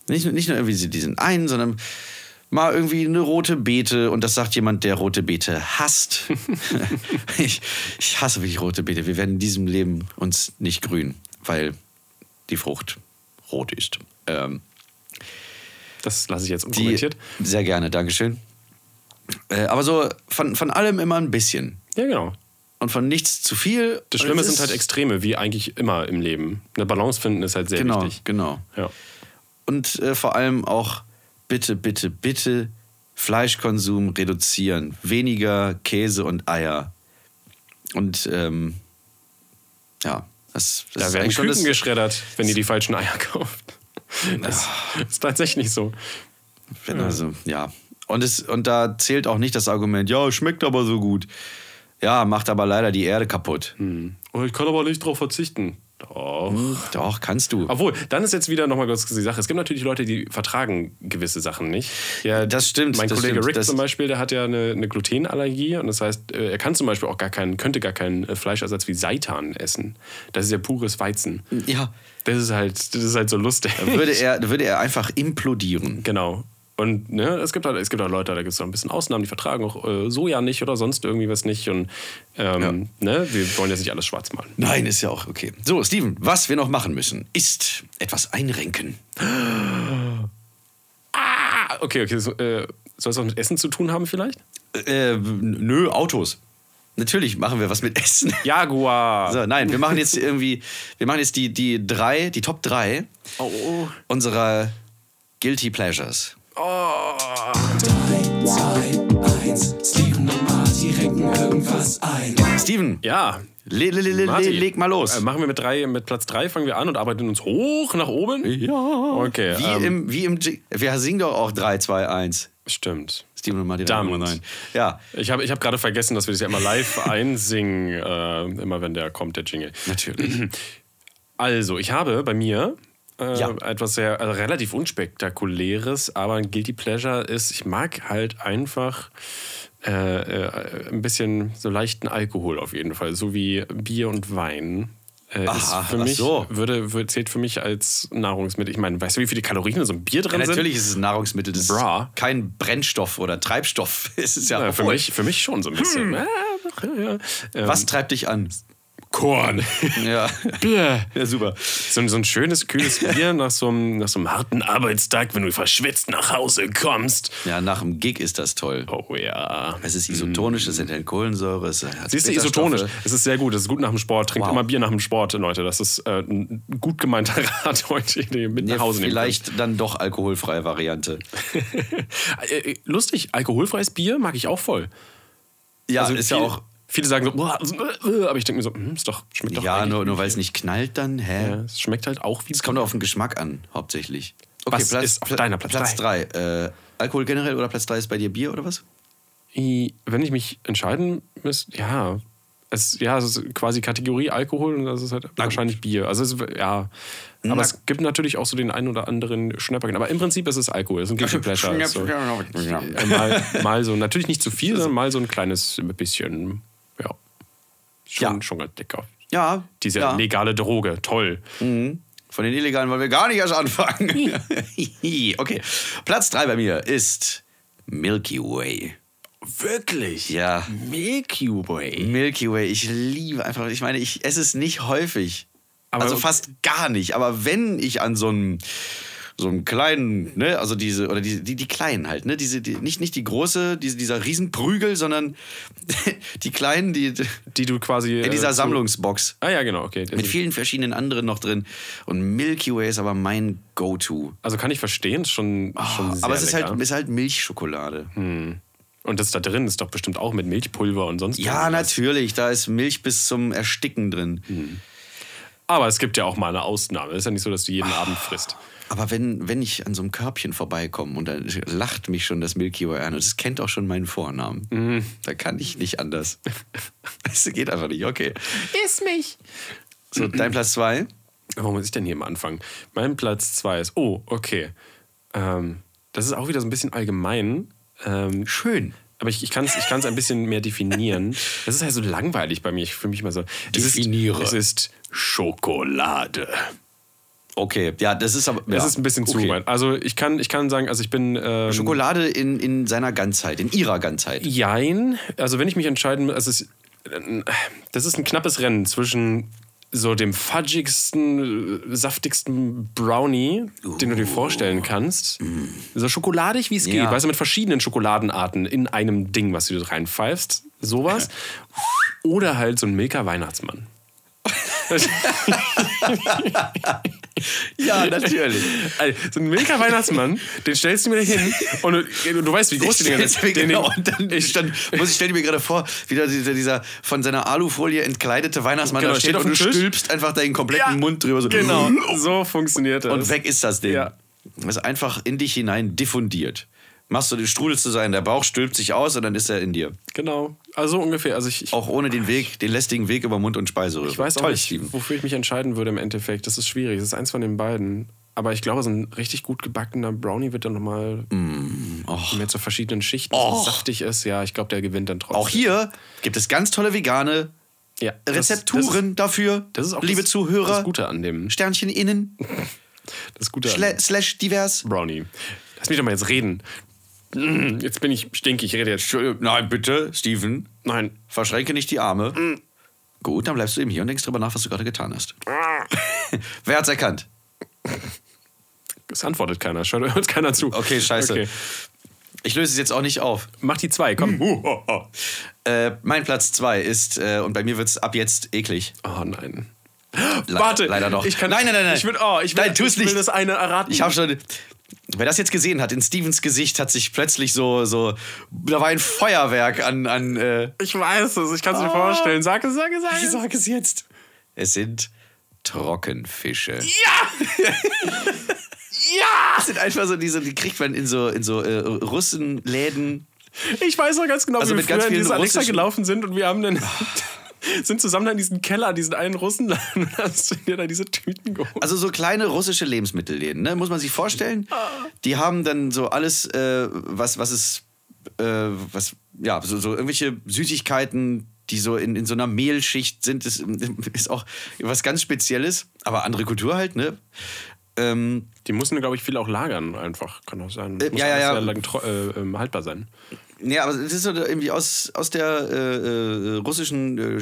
Speaker 1: Nicht, nur- nicht nur irgendwie diesen einen, sondern mal irgendwie eine rote Beete und das sagt jemand, der rote Beete hasst. ich, ich hasse wirklich rote Beete. Wir werden in diesem Leben uns nicht grün, weil die Frucht rot ist. Ähm,
Speaker 2: Das lasse ich jetzt
Speaker 1: die,
Speaker 2: unkommentiert.
Speaker 1: sehr gerne, Dankeschön. Äh, aber so von, von allem immer ein bisschen
Speaker 2: Ja, genau.
Speaker 1: und von nichts zu viel.
Speaker 2: Das
Speaker 1: Und
Speaker 2: Schlimme
Speaker 1: es
Speaker 2: sind halt Extreme, wie eigentlich immer im Leben. Eine Balance finden ist halt sehr
Speaker 1: Genau,
Speaker 2: wichtig.
Speaker 1: genau.
Speaker 2: Ja.
Speaker 1: Und äh, vor allem auch bitte, bitte, bitte Fleischkonsum reduzieren. Weniger Käse und Eier. Und ähm, ja, das, das
Speaker 2: Da
Speaker 1: ist
Speaker 2: werden
Speaker 1: eigentlich schon
Speaker 2: Küken
Speaker 1: das.
Speaker 2: geschreddert, wenn ihr die falschen Eier kauft. Das
Speaker 1: Ah.
Speaker 2: ist tatsächlich so.
Speaker 1: Wenn also, ja. Und, es, und da zählt auch nicht das Argument, ja, schmeckt aber so gut. Ja, macht aber leider die Erde kaputt.
Speaker 2: Oh, ich kann aber nicht drauf verzichten. Doch.
Speaker 1: Doch, kannst du.
Speaker 2: Obwohl, dann ist jetzt wieder nochmal kurz die Sache. Es gibt natürlich Leute, die vertragen gewisse Sachen nicht. Ja,
Speaker 1: Das stimmt,
Speaker 2: Mein
Speaker 1: das
Speaker 2: Kollege
Speaker 1: stimmt,
Speaker 2: Rick
Speaker 1: das-
Speaker 2: zum Beispiel, der hat ja eine, eine Glutenallergie und das heißt, äh, er kann zum Beispiel auch gar keinen, könnte gar keinen äh, Fleischersatz wie Seitan essen. Das ist ja pures Weizen.
Speaker 1: Ja.
Speaker 2: Das ist halt, das ist halt so lustig.
Speaker 1: Würde er, würde er einfach implodieren.
Speaker 2: Genau. Und ne, es gibt halt, es gibt halt Leute, da gibt es noch ein bisschen Ausnahmen, die vertragen auch äh, Soja nicht oder sonst irgendwie was nicht. Und ähm, ne, wir wollen jetzt nicht alles schwarz malen.
Speaker 1: Nein, ist ja auch okay. So, Steven, was wir noch machen müssen, ist etwas einrenken.
Speaker 2: Ah, okay, okay. So, äh, soll es auch mit Essen zu tun haben vielleicht?
Speaker 1: Äh, nö, Autos. Natürlich machen wir was mit Essen.
Speaker 2: Jaguar.
Speaker 1: So, nein, wir machen jetzt irgendwie, wir machen jetzt die, die drei, die Top 3
Speaker 2: Oh, oh.
Speaker 1: unserer Guilty Pleasures.
Speaker 2: Oh.
Speaker 1: Steven,
Speaker 2: Ja.
Speaker 1: le, le, le, le, le,
Speaker 2: Martin,
Speaker 1: leg mal los.
Speaker 2: Äh, machen wir mit drei, mit Platz drei fangen wir an und arbeiten uns hoch nach oben. Ja. Okay.
Speaker 1: wie
Speaker 2: ähm,
Speaker 1: im, wie im, J- wir singen doch auch 3, 2, 1.
Speaker 2: stimmt.
Speaker 1: Steven und Martin.
Speaker 2: Verdammt.
Speaker 1: Nein. Ja,
Speaker 2: Ich habe ich hab gerade vergessen, dass wir das ja immer live einsingen, äh, immer wenn der kommt, der Jingle.
Speaker 1: natürlich.
Speaker 2: Also, ich habe bei mir äh,
Speaker 1: Ja.
Speaker 2: etwas sehr also relativ unspektakuläres, aber ein Guilty Pleasure ist, ich mag halt einfach äh, äh, ein bisschen so leichten Alkohol auf jeden Fall, so wie Bier und Wein. Äh,
Speaker 1: Aha,
Speaker 2: ist für
Speaker 1: ach
Speaker 2: mich,
Speaker 1: so.
Speaker 2: würde, würde, zählt für mich als Nahrungsmittel. Ich meine, weißt du, wie viele Kalorien in so einem Bier
Speaker 1: Ja,
Speaker 2: drin
Speaker 1: natürlich ist es ein Nahrungsmittel, das
Speaker 2: Bra.
Speaker 1: ist kein Brennstoff oder Treibstoff. Es ist ja,
Speaker 2: sind? Ja, für,
Speaker 1: obwohl, Hm.
Speaker 2: mich, ähm, für mich schon so ein bisschen. Ja, ja.
Speaker 1: Was treibt dich an?
Speaker 2: Korn.
Speaker 1: Ja.
Speaker 2: Bier.
Speaker 1: ja, super.
Speaker 2: So, ein- so ein schönes, kühles Bier nach so, einem, nach so einem harten Arbeitstag, wenn du verschwitzt nach Hause kommst.
Speaker 1: Ja, nach dem Gig ist das toll.
Speaker 2: Oh ja.
Speaker 1: Es ist isotonisch, es enthält Kohlensäure. Es hat
Speaker 2: Mhm. Siehst du,
Speaker 1: Bitterstoffe.
Speaker 2: isotonisch. Es ist sehr gut. Es ist gut nach dem Sport. Trinkt
Speaker 1: Wow.
Speaker 2: immer Bier nach dem Sport, Leute. Das ist äh, ein gut gemeinter Rat heute, den ihr mit
Speaker 1: Ja,
Speaker 2: nach Hause nehmen könnt.
Speaker 1: vielleicht dann doch alkoholfreie Variante.
Speaker 2: Äh, äh, Lustig, alkoholfreies Bier mag ich auch voll.
Speaker 1: Ja,
Speaker 2: Also
Speaker 1: ist
Speaker 2: viele,
Speaker 1: ja auch.
Speaker 2: Viele sagen so, "Uah, äh, äh", aber ich denke mir so, hm, ist doch, schmeckt doch
Speaker 1: ja,
Speaker 2: eigentlich-
Speaker 1: nur, nur weil es nicht knallt, dann, hä?
Speaker 2: Ja, es schmeckt halt auch wie
Speaker 1: Es kommt auf den Geschmack an, hauptsächlich. Okay,
Speaker 2: Was ist auf
Speaker 1: Pla-
Speaker 2: deiner Platz
Speaker 1: Platz 3? Äh, Alkohol generell oder Platz 3 ist bei dir Bier oder was?
Speaker 2: I- Wenn ich mich entscheiden müsste, ja. Es, ja, es ist quasi Kategorie Alkohol und das ist halt wahrscheinlich Bier. Also es, ist- ja. Aber
Speaker 1: Na-
Speaker 2: es gibt natürlich auch so den einen oder anderen Schnäpperchen. Aber im Prinzip ist es Alkohol. Es ist ein Guilty Pleasure. so. Äh, mal, mal so, natürlich nicht zu viel, sondern mal so ein kleines bisschen. Ja. Schon,
Speaker 1: Ja.
Speaker 2: schon ganz lecker.
Speaker 1: Ja.
Speaker 2: Diese
Speaker 1: ja.
Speaker 2: legale Droge, toll.
Speaker 1: Von den Illegalen wollen wir gar nicht erst anfangen. okay. Platz 3 bei mir ist Milky Way.
Speaker 2: Wirklich?
Speaker 1: Ja.
Speaker 2: Milky Way.
Speaker 1: Milky Way, ich liebe einfach, ich meine, ich esse es nicht häufig.
Speaker 2: Aber-
Speaker 1: also fast gar nicht. Aber wenn ich an so einem so einem kleinen, ne, also diese, oder die, die, die kleinen halt, ne? Diese, die, nicht, nicht die große, diese, dieser Riesenprügel, sondern die kleinen, die
Speaker 2: Die du quasi.
Speaker 1: in dieser
Speaker 2: äh,
Speaker 1: Sammlungsbox.
Speaker 2: Ah ja, genau, okay.
Speaker 1: Mit vielen verschiedenen anderen noch drin. Und Milky Way ist aber mein Go-To.
Speaker 2: also kann ich verstehen, ist schon, schon sehr
Speaker 1: Aber es ist
Speaker 2: lecker. Mhm.
Speaker 1: halt, ist halt Milchschokolade.
Speaker 2: Und das da drin ist doch bestimmt auch mit Milchpulver und sonst
Speaker 1: Ja,
Speaker 2: was.
Speaker 1: natürlich. Da ist Milch bis zum Ersticken drin.
Speaker 2: Mhm. Aber es gibt ja auch mal eine Ausnahme. Es ist ja nicht so, dass du jeden
Speaker 1: Ah.
Speaker 2: Abend frisst.
Speaker 1: Aber wenn, wenn ich an so einem Körbchen vorbeikomme und dann lacht mich schon das Milky Way an und es kennt auch schon meinen Vornamen,
Speaker 2: Mhm.
Speaker 1: da kann ich nicht anders. Es geht einfach nicht. Okay.
Speaker 2: Iss mich!
Speaker 1: So, dein Platz zwei.
Speaker 2: Wo muss ich denn hier mal anfangen? Mein Platz 2 ist. Oh, okay. Ähm, das ist auch wieder so ein bisschen allgemein. Ähm,
Speaker 1: Schön.
Speaker 2: aber ich, ich kann es ich kann's ein bisschen mehr definieren. Das ist halt so langweilig bei mir. Ich fühle mich immer so.
Speaker 1: Definiere.
Speaker 2: Es ist, es ist Schokolade.
Speaker 1: Okay. Ja, das ist aber.
Speaker 2: Es
Speaker 1: ja.
Speaker 2: ist ein bisschen zu
Speaker 1: Okay.
Speaker 2: weit. Also ich kann, ich kann sagen, also ich bin. Ähm,
Speaker 1: Schokolade in, in seiner Ganzheit, in ihrer Ganzheit.
Speaker 2: Jein. Also wenn ich mich entscheiden muss, also es, das ist ein knappes Rennen zwischen so dem fudgigsten, äh, saftigsten Brownie, den du
Speaker 1: Oh.
Speaker 2: dir vorstellen kannst.
Speaker 1: Mm.
Speaker 2: So schokoladig, wie es geht. Weißt du, mit verschiedenen Schokoladenarten in einem Ding, was du dir reinpfeifst. Sowas. Oder halt so ein Milka-Weihnachtsmann.
Speaker 1: Ja, natürlich.
Speaker 2: Also, so ein Milka-Weihnachtsmann, den stellst du mir hin und du, du weißt, wie groß die Dinger
Speaker 1: Jetzt
Speaker 2: sind.
Speaker 1: bin ich
Speaker 2: Den- den-
Speaker 1: genau, und dann ich stand, muss ich stell dir mir gerade vor, wie da dieser, dieser von seiner Alufolie entkleidete Weihnachtsmann
Speaker 2: Genau,
Speaker 1: da steht
Speaker 2: steht auf
Speaker 1: und du
Speaker 2: dem Tisch.
Speaker 1: stülpst einfach deinen kompletten
Speaker 2: Ja,
Speaker 1: Mund drüber so
Speaker 2: Genau, so funktioniert das.
Speaker 1: und weg ist das Ding.
Speaker 2: Ja.
Speaker 1: Ist einfach in dich hinein diffundiert. Machst du den Strudel zu sein, der Bauch stülpt sich aus und dann ist er in dir.
Speaker 2: Genau, also so ungefähr. Also ich, ich,
Speaker 1: Auch ohne den Weg, den lästigen Weg über Mund und Speiseröhre.
Speaker 2: ich weiß auch
Speaker 1: Toll,
Speaker 2: nicht,
Speaker 1: Steven.
Speaker 2: wofür ich mich entscheiden würde im Endeffekt. Das ist schwierig. Das ist eins von den beiden. Aber ich glaube, so ein richtig gut gebackener Brownie wird dann nochmal
Speaker 1: Och.
Speaker 2: mehr zu verschiedenen Schichten,
Speaker 1: Mm. Och.
Speaker 2: dass es saftig ist. Ja, ich glaube, der gewinnt dann trotzdem.
Speaker 1: Auch hier gibt es ganz tolle vegane
Speaker 2: ja, das-
Speaker 1: Rezepturen
Speaker 2: Das, ist-
Speaker 1: dafür.
Speaker 2: das ist auch
Speaker 1: Liebe
Speaker 2: das,
Speaker 1: Zuhörer,
Speaker 2: Das Gute an dem.
Speaker 1: Sternchen innen,
Speaker 2: Das Gute an
Speaker 1: schle- slash divers.
Speaker 2: Brownie. Lass mich doch mal jetzt reden. Mm, Jetzt bin ich stinkig, ich rede jetzt.
Speaker 1: Nein, bitte, Steven.
Speaker 2: Nein.
Speaker 1: Verschränke nicht die Arme. Gut, dann bleibst du eben hier und denkst drüber nach, was du gerade getan hast. Wer hat's erkannt?
Speaker 2: Es antwortet keiner. Schaut hört keiner zu.
Speaker 1: Okay, scheiße. Ich löse es jetzt auch nicht auf.
Speaker 2: Mach die zwei, komm.
Speaker 1: Hm.
Speaker 2: Oh,
Speaker 1: Äh, mein Platz 2 ist, äh, und bei mir wird es ab jetzt eklig.
Speaker 2: Oh nein.
Speaker 1: Le
Speaker 2: Warte,
Speaker 1: leider doch.
Speaker 2: Ich kann,
Speaker 1: nein, nein, nein, nein.
Speaker 2: Ich will, oh, ich will,
Speaker 1: nein, tu es
Speaker 2: ich
Speaker 1: nicht.
Speaker 2: will das eine erraten.
Speaker 1: Ich habe schon. Wer das jetzt gesehen hat, in Stevens Gesicht hat sich plötzlich so, so da war ein Feuerwerk an. an äh,
Speaker 2: Ich weiß es, ich kann es mir vorstellen. Sag es, sag es, sag es.
Speaker 1: sage Oh. es jetzt. Es sind Trockenfische.
Speaker 2: Ja!
Speaker 1: Das sind einfach so diese, die kriegt man in so, in so äh, Russenläden.
Speaker 2: Ich weiß noch ganz genau,
Speaker 1: Also
Speaker 2: wie wir
Speaker 1: mit ganz
Speaker 2: früher in
Speaker 1: vielen
Speaker 2: diese Alexa
Speaker 1: russischen- Ah.
Speaker 2: gelaufen sind und wir haben dann sind zusammen in diesen Keller, diesen einen Russen, und hast du dir da diese Tüten geholt.
Speaker 1: Also so kleine russische Lebensmittelläden, ne? muss man sich vorstellen. Die haben dann so alles, äh, was, was ist, äh, was, ja, so, so irgendwelche Süßigkeiten, die so in, in so einer Mehlschicht sind, ist, ist auch was ganz Spezielles, aber andere Kultur halt, ne? Ähm,
Speaker 2: Die mussten, glaube ich, viel auch lagern einfach. Kann auch sein.
Speaker 1: Äh,
Speaker 2: Muss
Speaker 1: ja, ja,
Speaker 2: alles
Speaker 1: ja.
Speaker 2: sehr lang tro- äh, ähm, haltbar sein.
Speaker 1: Ja, aber es ist so irgendwie aus, aus der äh, äh, russischen äh,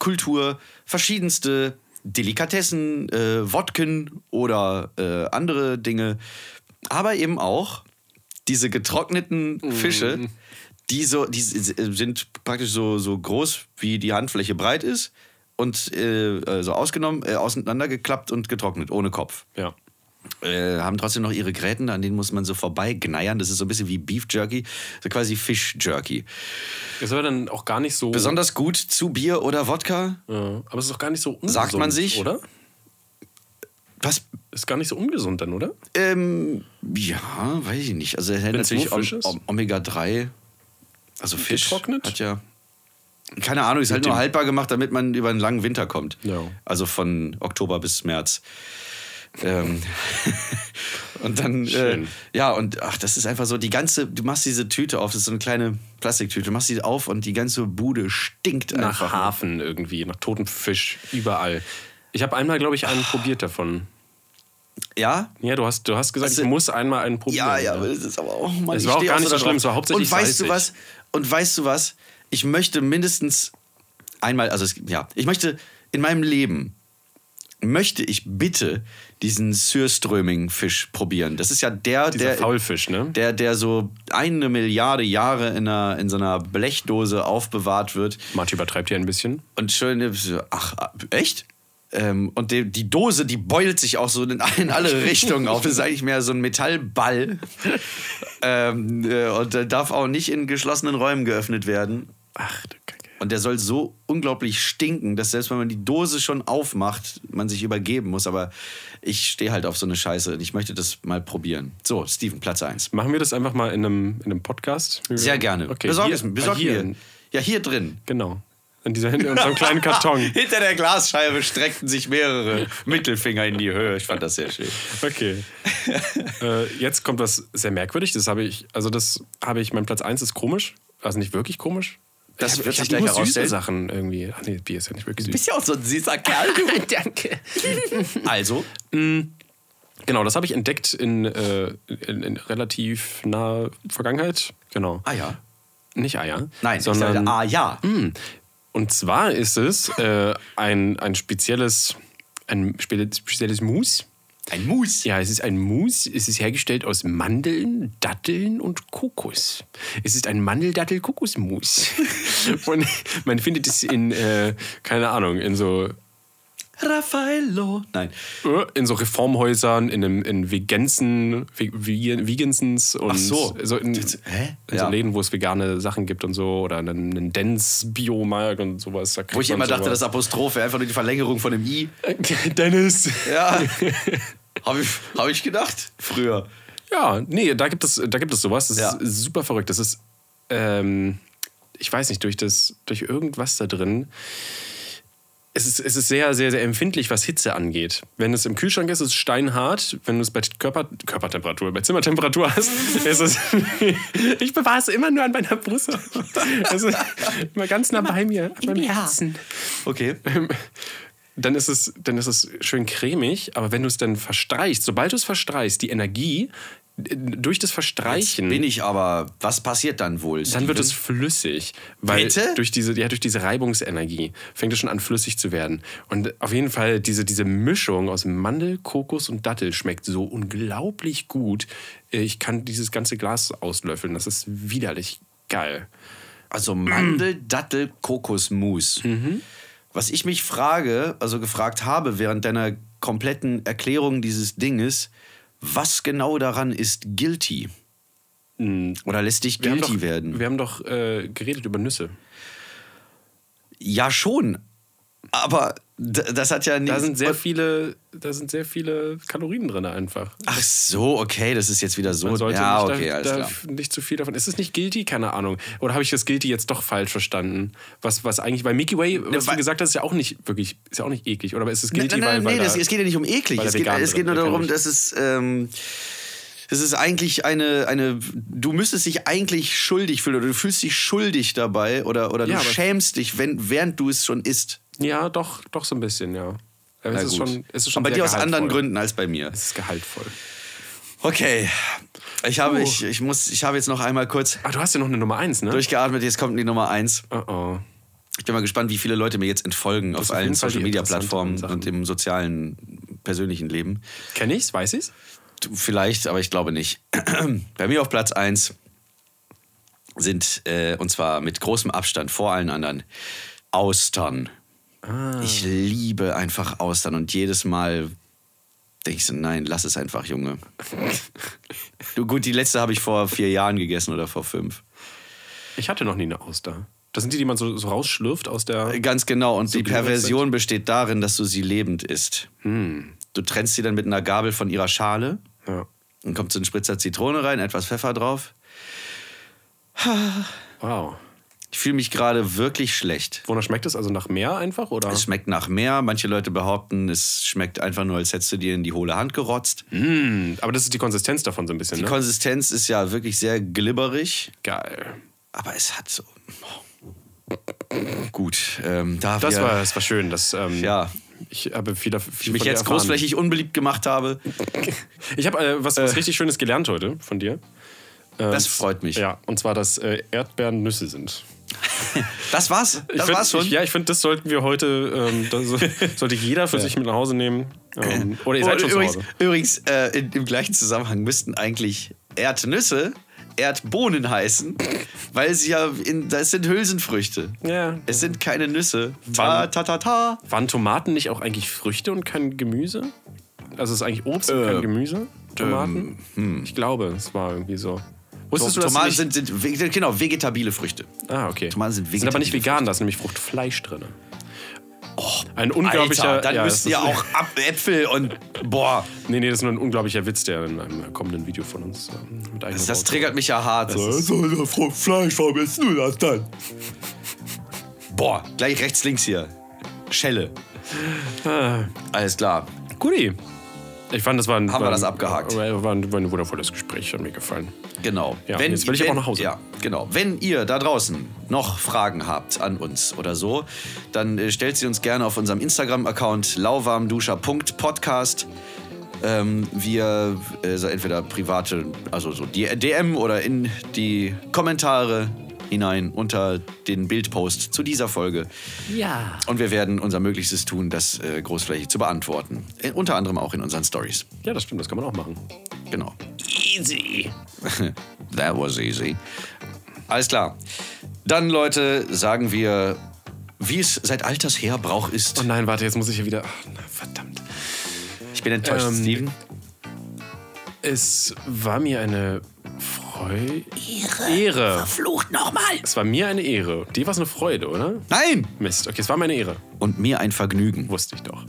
Speaker 1: Speisekultur verschiedenste Delikatessen, äh, Wodken oder äh, andere Dinge, aber eben auch diese getrockneten Fische, die so, die s- s- sind praktisch so, so groß, wie die Handfläche breit ist und äh, äh, so ausgenommen, äh, auseinandergeklappt und getrocknet, ohne Kopf
Speaker 2: Ja.
Speaker 1: äh, haben trotzdem noch ihre Gräten, an denen muss man so vorbeigneiern. Das ist so ein bisschen wie Beef Jerky, so quasi Fish Jerky.
Speaker 2: Das war dann auch gar nicht so.
Speaker 1: Besonders gut zu Bier oder Wodka.
Speaker 2: Ja, aber es ist auch gar nicht so ungesund,
Speaker 1: Sagt man sich?
Speaker 2: oder?
Speaker 1: Was?
Speaker 2: Ist gar nicht so ungesund dann, oder?
Speaker 1: Ähm, ja, weiß ich nicht. Also er hätte
Speaker 2: Wenn's
Speaker 1: natürlich
Speaker 2: nur Fisch ist?
Speaker 1: Omega-3. Also Fisch
Speaker 2: Getrocknet?
Speaker 1: hat ja. Keine Ahnung, ist halt
Speaker 2: Mit
Speaker 1: nur
Speaker 2: dem-
Speaker 1: haltbar gemacht, damit man über einen langen Winter kommt.
Speaker 2: Ja.
Speaker 1: Also von Oktober bis März. Ähm, und dann, äh,
Speaker 2: Schön.
Speaker 1: ja, und ach, das ist einfach so, die ganze, du machst diese Tüte auf, das ist so eine kleine Plastiktüte, du machst die auf und die ganze Bude stinkt
Speaker 2: Nach
Speaker 1: einfach.
Speaker 2: Hafen irgendwie, nach totem Fisch, überall. Ich habe einmal, glaube ich, einen probiert davon.
Speaker 1: Ja?
Speaker 2: Ja, du hast, du hast gesagt,
Speaker 1: Also-
Speaker 2: ich muss einmal einen probieren. ne?
Speaker 1: Ja, ja, aber das ist aber auch mal
Speaker 2: Es war auch gar nicht so schlimm, es war hauptsächlich
Speaker 1: Und weißt du
Speaker 2: salzig.
Speaker 1: was? Und weißt du was? Ich möchte mindestens einmal, also es, ja, ich möchte in meinem Leben möchte ich bitte diesen Sürströming-Fisch probieren. Das ist ja der,
Speaker 2: Dieser
Speaker 1: der
Speaker 2: Faulfisch, ne?
Speaker 1: der, der so eine Milliarde Jahre in, einer, in so einer Blechdose aufbewahrt wird
Speaker 2: Marty übertreibt hier ein bisschen.
Speaker 1: und schön, ach, echt? Ähm, und die, die Dose, die beult sich auch so in, in alle Richtungen auf. Das ist eigentlich mehr so ein Metallball. ähm, äh, und der darf auch nicht in geschlossenen Räumen geöffnet werden.
Speaker 2: Ach, du Kacke.
Speaker 1: Und der soll so unglaublich stinken, dass selbst wenn man die Dose schon aufmacht, man sich übergeben muss. Aber ich stehe halt auf so eine Scheiße und ich möchte das mal probieren. So, Steven, Platz 1.
Speaker 2: Machen wir das einfach mal in einem, in einem Podcast?
Speaker 1: Sehr gerne.
Speaker 2: Okay,
Speaker 1: besorg
Speaker 2: hier-
Speaker 1: es, besorg
Speaker 2: hier
Speaker 1: mir. Ja, hier drin.
Speaker 2: Genau. In, dieser, in unserem kleinen Karton.
Speaker 1: Hinter der Glasscheibe streckten sich mehrere Mittelfinger in die Höhe. Ich fand das sehr schön.
Speaker 2: Okay. äh, jetzt kommt was sehr merkwürdig. Das habe ich, also das habe ich, mein Platz 1 ist komisch. Also nicht wirklich komisch.
Speaker 1: Das
Speaker 2: ich hab-
Speaker 1: wird
Speaker 2: ich
Speaker 1: sich
Speaker 2: hab
Speaker 1: gleich
Speaker 2: nur süße
Speaker 1: herausstellen.
Speaker 2: Sachen irgendwie. Ach nee, Bier ist ja nicht wirklich süß.
Speaker 1: Bist ja auch so ein süßer Kerl.
Speaker 2: Danke.
Speaker 1: Also,
Speaker 2: Genau, das habe ich entdeckt in, äh, in, in relativ naher Vergangenheit. Genau.
Speaker 1: ah ja.
Speaker 2: Nicht Eier.
Speaker 1: Nein, ich
Speaker 2: sondern
Speaker 1: sagte, ah ja.
Speaker 2: Mm. Und zwar ist es äh, ein, ein spezielles, ein spe- spezielles Mousse.
Speaker 1: Ein Mus.
Speaker 2: Ja, es ist ein Mousse. Es ist hergestellt aus Mandeln, Datteln und Kokos. Es ist ein Mandel-Dattel-Kokos-Mousse. und man findet es in, äh, keine Ahnung, in so äh,
Speaker 1: Raffaello. Nein.
Speaker 2: in so Reformhäusern, in, einem, in Vegansen, Vegansens und
Speaker 1: Ach so.
Speaker 2: in,
Speaker 1: Das- hä?
Speaker 2: in so
Speaker 1: Ja.
Speaker 2: Läden, wo es vegane Sachen gibt und so oder einen, einen Dance Biomarkt und sowas. Da kriegt
Speaker 1: Wo ich
Speaker 2: man
Speaker 1: immer dachte, das
Speaker 2: sowas. Äh,
Speaker 1: Apostroph wäre einfach nur die Verlängerung von dem I.
Speaker 2: Dennis.
Speaker 1: Ja. Habe ich, hab ich gedacht. Früher.
Speaker 2: Ja, nee, da gibt es, da gibt es sowas. Das
Speaker 1: Ja.
Speaker 2: ist super verrückt. Das ist, ähm, ich weiß nicht, durch das, durch irgendwas da drin. Es ist, es ist sehr, sehr, sehr empfindlich, was Hitze angeht. Wenn es im Kühlschrank ist, ist es steinhart. Wenn du es bei Körper, Körpertemperatur, bei Zimmertemperatur hast, ist es. ich bewahre es immer nur an meiner Brust. Also immer ganz nah bei mir, an meinem
Speaker 3: Ja.
Speaker 2: Herzen
Speaker 1: Okay.
Speaker 2: dann ist es, dann ist es schön cremig, aber wenn du es dann verstreichst, sobald du es verstreichst, die Energie äh, durch das Verstreichen,
Speaker 1: Bin ich aber. Was passiert dann wohl?
Speaker 2: dann wird es flüssig, weil
Speaker 1: Bitte?
Speaker 2: durch diese, ja, durch diese Reibungsenergie fängt es schon an flüssig zu werden. Und auf jeden Fall diese, diese Mischung aus Mandel, Kokos und Dattel schmeckt so unglaublich gut. Äh, Ich kann dieses ganze Glas auslöffeln, das ist widerlich geil.
Speaker 1: Also
Speaker 2: Mm.
Speaker 1: Mandel, Dattel, Kokosmus.
Speaker 2: Mhm.
Speaker 1: Was ich mich frage, also gefragt habe während deiner kompletten Erklärung dieses Dinges, was genau daran ist guilty? Oder lässt dich
Speaker 2: Mm. Wir haben
Speaker 1: guilty
Speaker 2: doch,
Speaker 1: werden?
Speaker 2: Wir haben doch äh, geredet über Nüsse.
Speaker 1: Ja, schon. Aber d- das hat ja nicht.
Speaker 2: Da sind sehr viele, da sind sehr viele Kalorien drin einfach.
Speaker 1: Ach so, okay, das ist jetzt wieder so.
Speaker 2: Man sollte
Speaker 1: ja,
Speaker 2: nicht,
Speaker 1: okay,
Speaker 2: da,
Speaker 1: alles
Speaker 2: da
Speaker 1: klar.
Speaker 2: nicht zu viel davon. Ist es nicht guilty? Keine Ahnung. Oder habe ich das guilty jetzt doch falsch verstanden? Was, was eigentlich, weil Mickey Way, was
Speaker 1: Ne, weil- Ne,
Speaker 2: du gesagt hast, ist ja auch nicht wirklich, ist ja auch nicht eklig. Oder ist es guilty,
Speaker 1: Nein, nein,
Speaker 2: weil, weil
Speaker 1: nein,
Speaker 2: da,
Speaker 1: das, es geht ja nicht um eklig.
Speaker 2: weil da
Speaker 1: Es geht,
Speaker 2: vegan
Speaker 1: es geht nur
Speaker 2: drin ist,
Speaker 1: darum,
Speaker 2: natürlich.
Speaker 1: dass es. Ähm, es ist eigentlich eine, eine. Du müsstest dich eigentlich schuldig fühlen oder du fühlst dich schuldig dabei oder, oder
Speaker 2: Ja,
Speaker 1: du
Speaker 2: aber-
Speaker 1: schämst dich, wenn, während du es schon isst.
Speaker 2: Ja, doch, doch so ein bisschen, ja. Aber
Speaker 1: Na
Speaker 2: es ist
Speaker 1: gut.
Speaker 2: schon, es ist schon
Speaker 1: Aber bei dir
Speaker 2: sehr
Speaker 1: aus anderen
Speaker 2: gehaltvoll.
Speaker 1: Gründen als bei mir.
Speaker 2: Es ist gehaltvoll.
Speaker 1: Okay. Ich habe,
Speaker 2: Puh.
Speaker 1: ich, ich muss, ich habe jetzt noch einmal kurz
Speaker 2: Ah, du hast ja noch eine Nummer eins, ne?
Speaker 1: durchgeatmet. Jetzt kommt die Nummer eins.
Speaker 2: oh, oh.
Speaker 1: Ich bin mal gespannt, wie viele Leute mir jetzt entfolgen auf
Speaker 2: auf jeden
Speaker 1: allen
Speaker 2: Fall die
Speaker 1: Social Media Plattformen
Speaker 2: interessanteren
Speaker 1: und im sozialen, persönlichen Leben.
Speaker 2: Kenn ich's? Weiß ich's?
Speaker 1: Du, Vielleicht, aber ich glaube nicht. Bei mir auf Platz 1 sind, äh, und zwar mit großem Abstand vor allen anderen, Austern. Ich liebe einfach Austern und jedes Mal denke ich so, nein, lass es einfach, Junge. du, gut, die letzte habe ich vor vier Jahren gegessen oder vor fünf.
Speaker 2: Ich hatte noch nie eine Auster. Das sind die, die man so, so rausschlürft aus der.
Speaker 1: Äh, Ganz genau, und die
Speaker 2: glücklich
Speaker 1: Perversion besteht darin, dass du sie lebend isst. Du trennst sie dann mit einer Gabel von ihrer Schale.
Speaker 2: Ja.
Speaker 1: Dann kommt so ein Spritzer Zitrone rein, etwas Pfeffer drauf.
Speaker 2: Wow.
Speaker 1: Ich fühle mich gerade wirklich schlecht.
Speaker 2: Wonach schmeckt es? Also nach Meer einfach? Oder?
Speaker 1: Es schmeckt nach mehr. Manche Leute behaupten, es schmeckt einfach nur, als hättest du dir in die hohle Hand gerotzt.
Speaker 2: Mm, aber das ist die Konsistenz davon so ein bisschen,
Speaker 1: Die
Speaker 2: ne?
Speaker 1: Konsistenz ist ja wirklich sehr glibberig,
Speaker 2: Geil.
Speaker 1: aber es hat so. Gut, ähm, da
Speaker 2: Das,
Speaker 1: wir
Speaker 2: war, das war schön. Das, ähm,
Speaker 1: Ja.
Speaker 2: Ich habe viel, dav- viel
Speaker 1: mich
Speaker 2: von dir
Speaker 1: jetzt
Speaker 2: erfahren.
Speaker 1: großflächig unbeliebt gemacht habe,
Speaker 2: Ich habe äh, was, was richtig Schönes gelernt heute von dir. Ähm,
Speaker 1: das freut mich.
Speaker 2: Ja, und zwar, dass äh, Erdbeeren Nüsse sind.
Speaker 1: Das war's.
Speaker 2: Ich
Speaker 1: Das
Speaker 2: find-
Speaker 1: war's schon.
Speaker 2: Ich, ja, ich finde, das sollten wir heute, ähm, das so- sollte jeder für sich mit nach Hause nehmen. Ähm, oder ihr seid schon
Speaker 1: Oh, übrigens,
Speaker 2: zu Hause.
Speaker 1: übrigens äh, in, im gleichen Zusammenhang müssten eigentlich Erdnüsse Erdbohnen heißen, weil sie ja in, das sind Hülsenfrüchte.
Speaker 2: Ja.
Speaker 1: Es sind keine Nüsse. Ta ta ta ta.
Speaker 2: Waren Tomaten nicht auch eigentlich Früchte und kein Gemüse? Also es ist eigentlich Obst
Speaker 1: Äh,
Speaker 2: und kein Gemüse? Tomaten? Ich glaube, es war irgendwie so. Wusstest du, dass
Speaker 1: ähm, hm. Tomaten
Speaker 2: nicht-
Speaker 1: sind, sind ve- genau vegetabile Früchte.
Speaker 2: Ah, okay.
Speaker 1: Tomaten sind
Speaker 2: Sind aber nicht
Speaker 1: vegetative
Speaker 2: vegan, da ist nämlich Fruchtfleisch drin. Oh, ein unglaublicher.
Speaker 1: Alter, dann
Speaker 2: ja,
Speaker 1: müssten
Speaker 2: das
Speaker 1: ja
Speaker 2: ist-
Speaker 1: auch Ab Äpfel und boah,
Speaker 2: Nee, nee, das ist nur ein unglaublicher Witz, der in einem kommenden Video von uns ähm, mit
Speaker 1: das, das triggert mich ja hart. So,
Speaker 2: ist-
Speaker 1: so, so, Fr- Fleisch, warum isst du das dann? Boah, gleich rechts, links hier. Schelle. Ah. Alles klar.
Speaker 2: Guti. Ich fand, das war ein.
Speaker 1: Haben wir
Speaker 2: war,
Speaker 1: das abgehakt?
Speaker 2: War, war, ein, war ein wundervolles Gespräch, hat mir gefallen.
Speaker 1: Genau.
Speaker 2: Ja, jetzt will ich
Speaker 1: wenn,
Speaker 2: auch nach Hause.
Speaker 1: Ja, genau. Wenn ihr da draußen noch Fragen habt an uns oder so, dann äh, stellt sie uns gerne auf unserem Instagram-Account lauwarmduscher.podcast. Ähm, wir, äh, so entweder private, also so die DM oder in die Kommentare hinein unter den Bildpost zu dieser Folge.
Speaker 2: Ja.
Speaker 1: Und wir werden unser Möglichstes tun, das äh, großflächig zu beantworten. Äh, unter anderem auch in unseren Stories.
Speaker 2: Ja, das stimmt, das kann man auch machen. Oh
Speaker 1: Genau.
Speaker 2: Easy.
Speaker 1: That was easy. Alles klar. Dann, Leute, sagen wir, wie es seit alters her Brauch
Speaker 2: Oh
Speaker 1: ist.
Speaker 2: nein, warte, jetzt muss ich hier wieder. Ach, na, verdammt.
Speaker 1: Ich bin enttäuscht,
Speaker 2: Ähm,
Speaker 1: Steven.
Speaker 2: Es war mir eine Freude. Ehre.
Speaker 3: Flucht nochmal.
Speaker 2: Es war mir eine Ehre. Dir war es eine Freude, oder?
Speaker 1: Nein!
Speaker 2: Mist, okay, es war meine Ehre.
Speaker 1: Und mir ein Vergnügen.
Speaker 2: Wusste ich doch.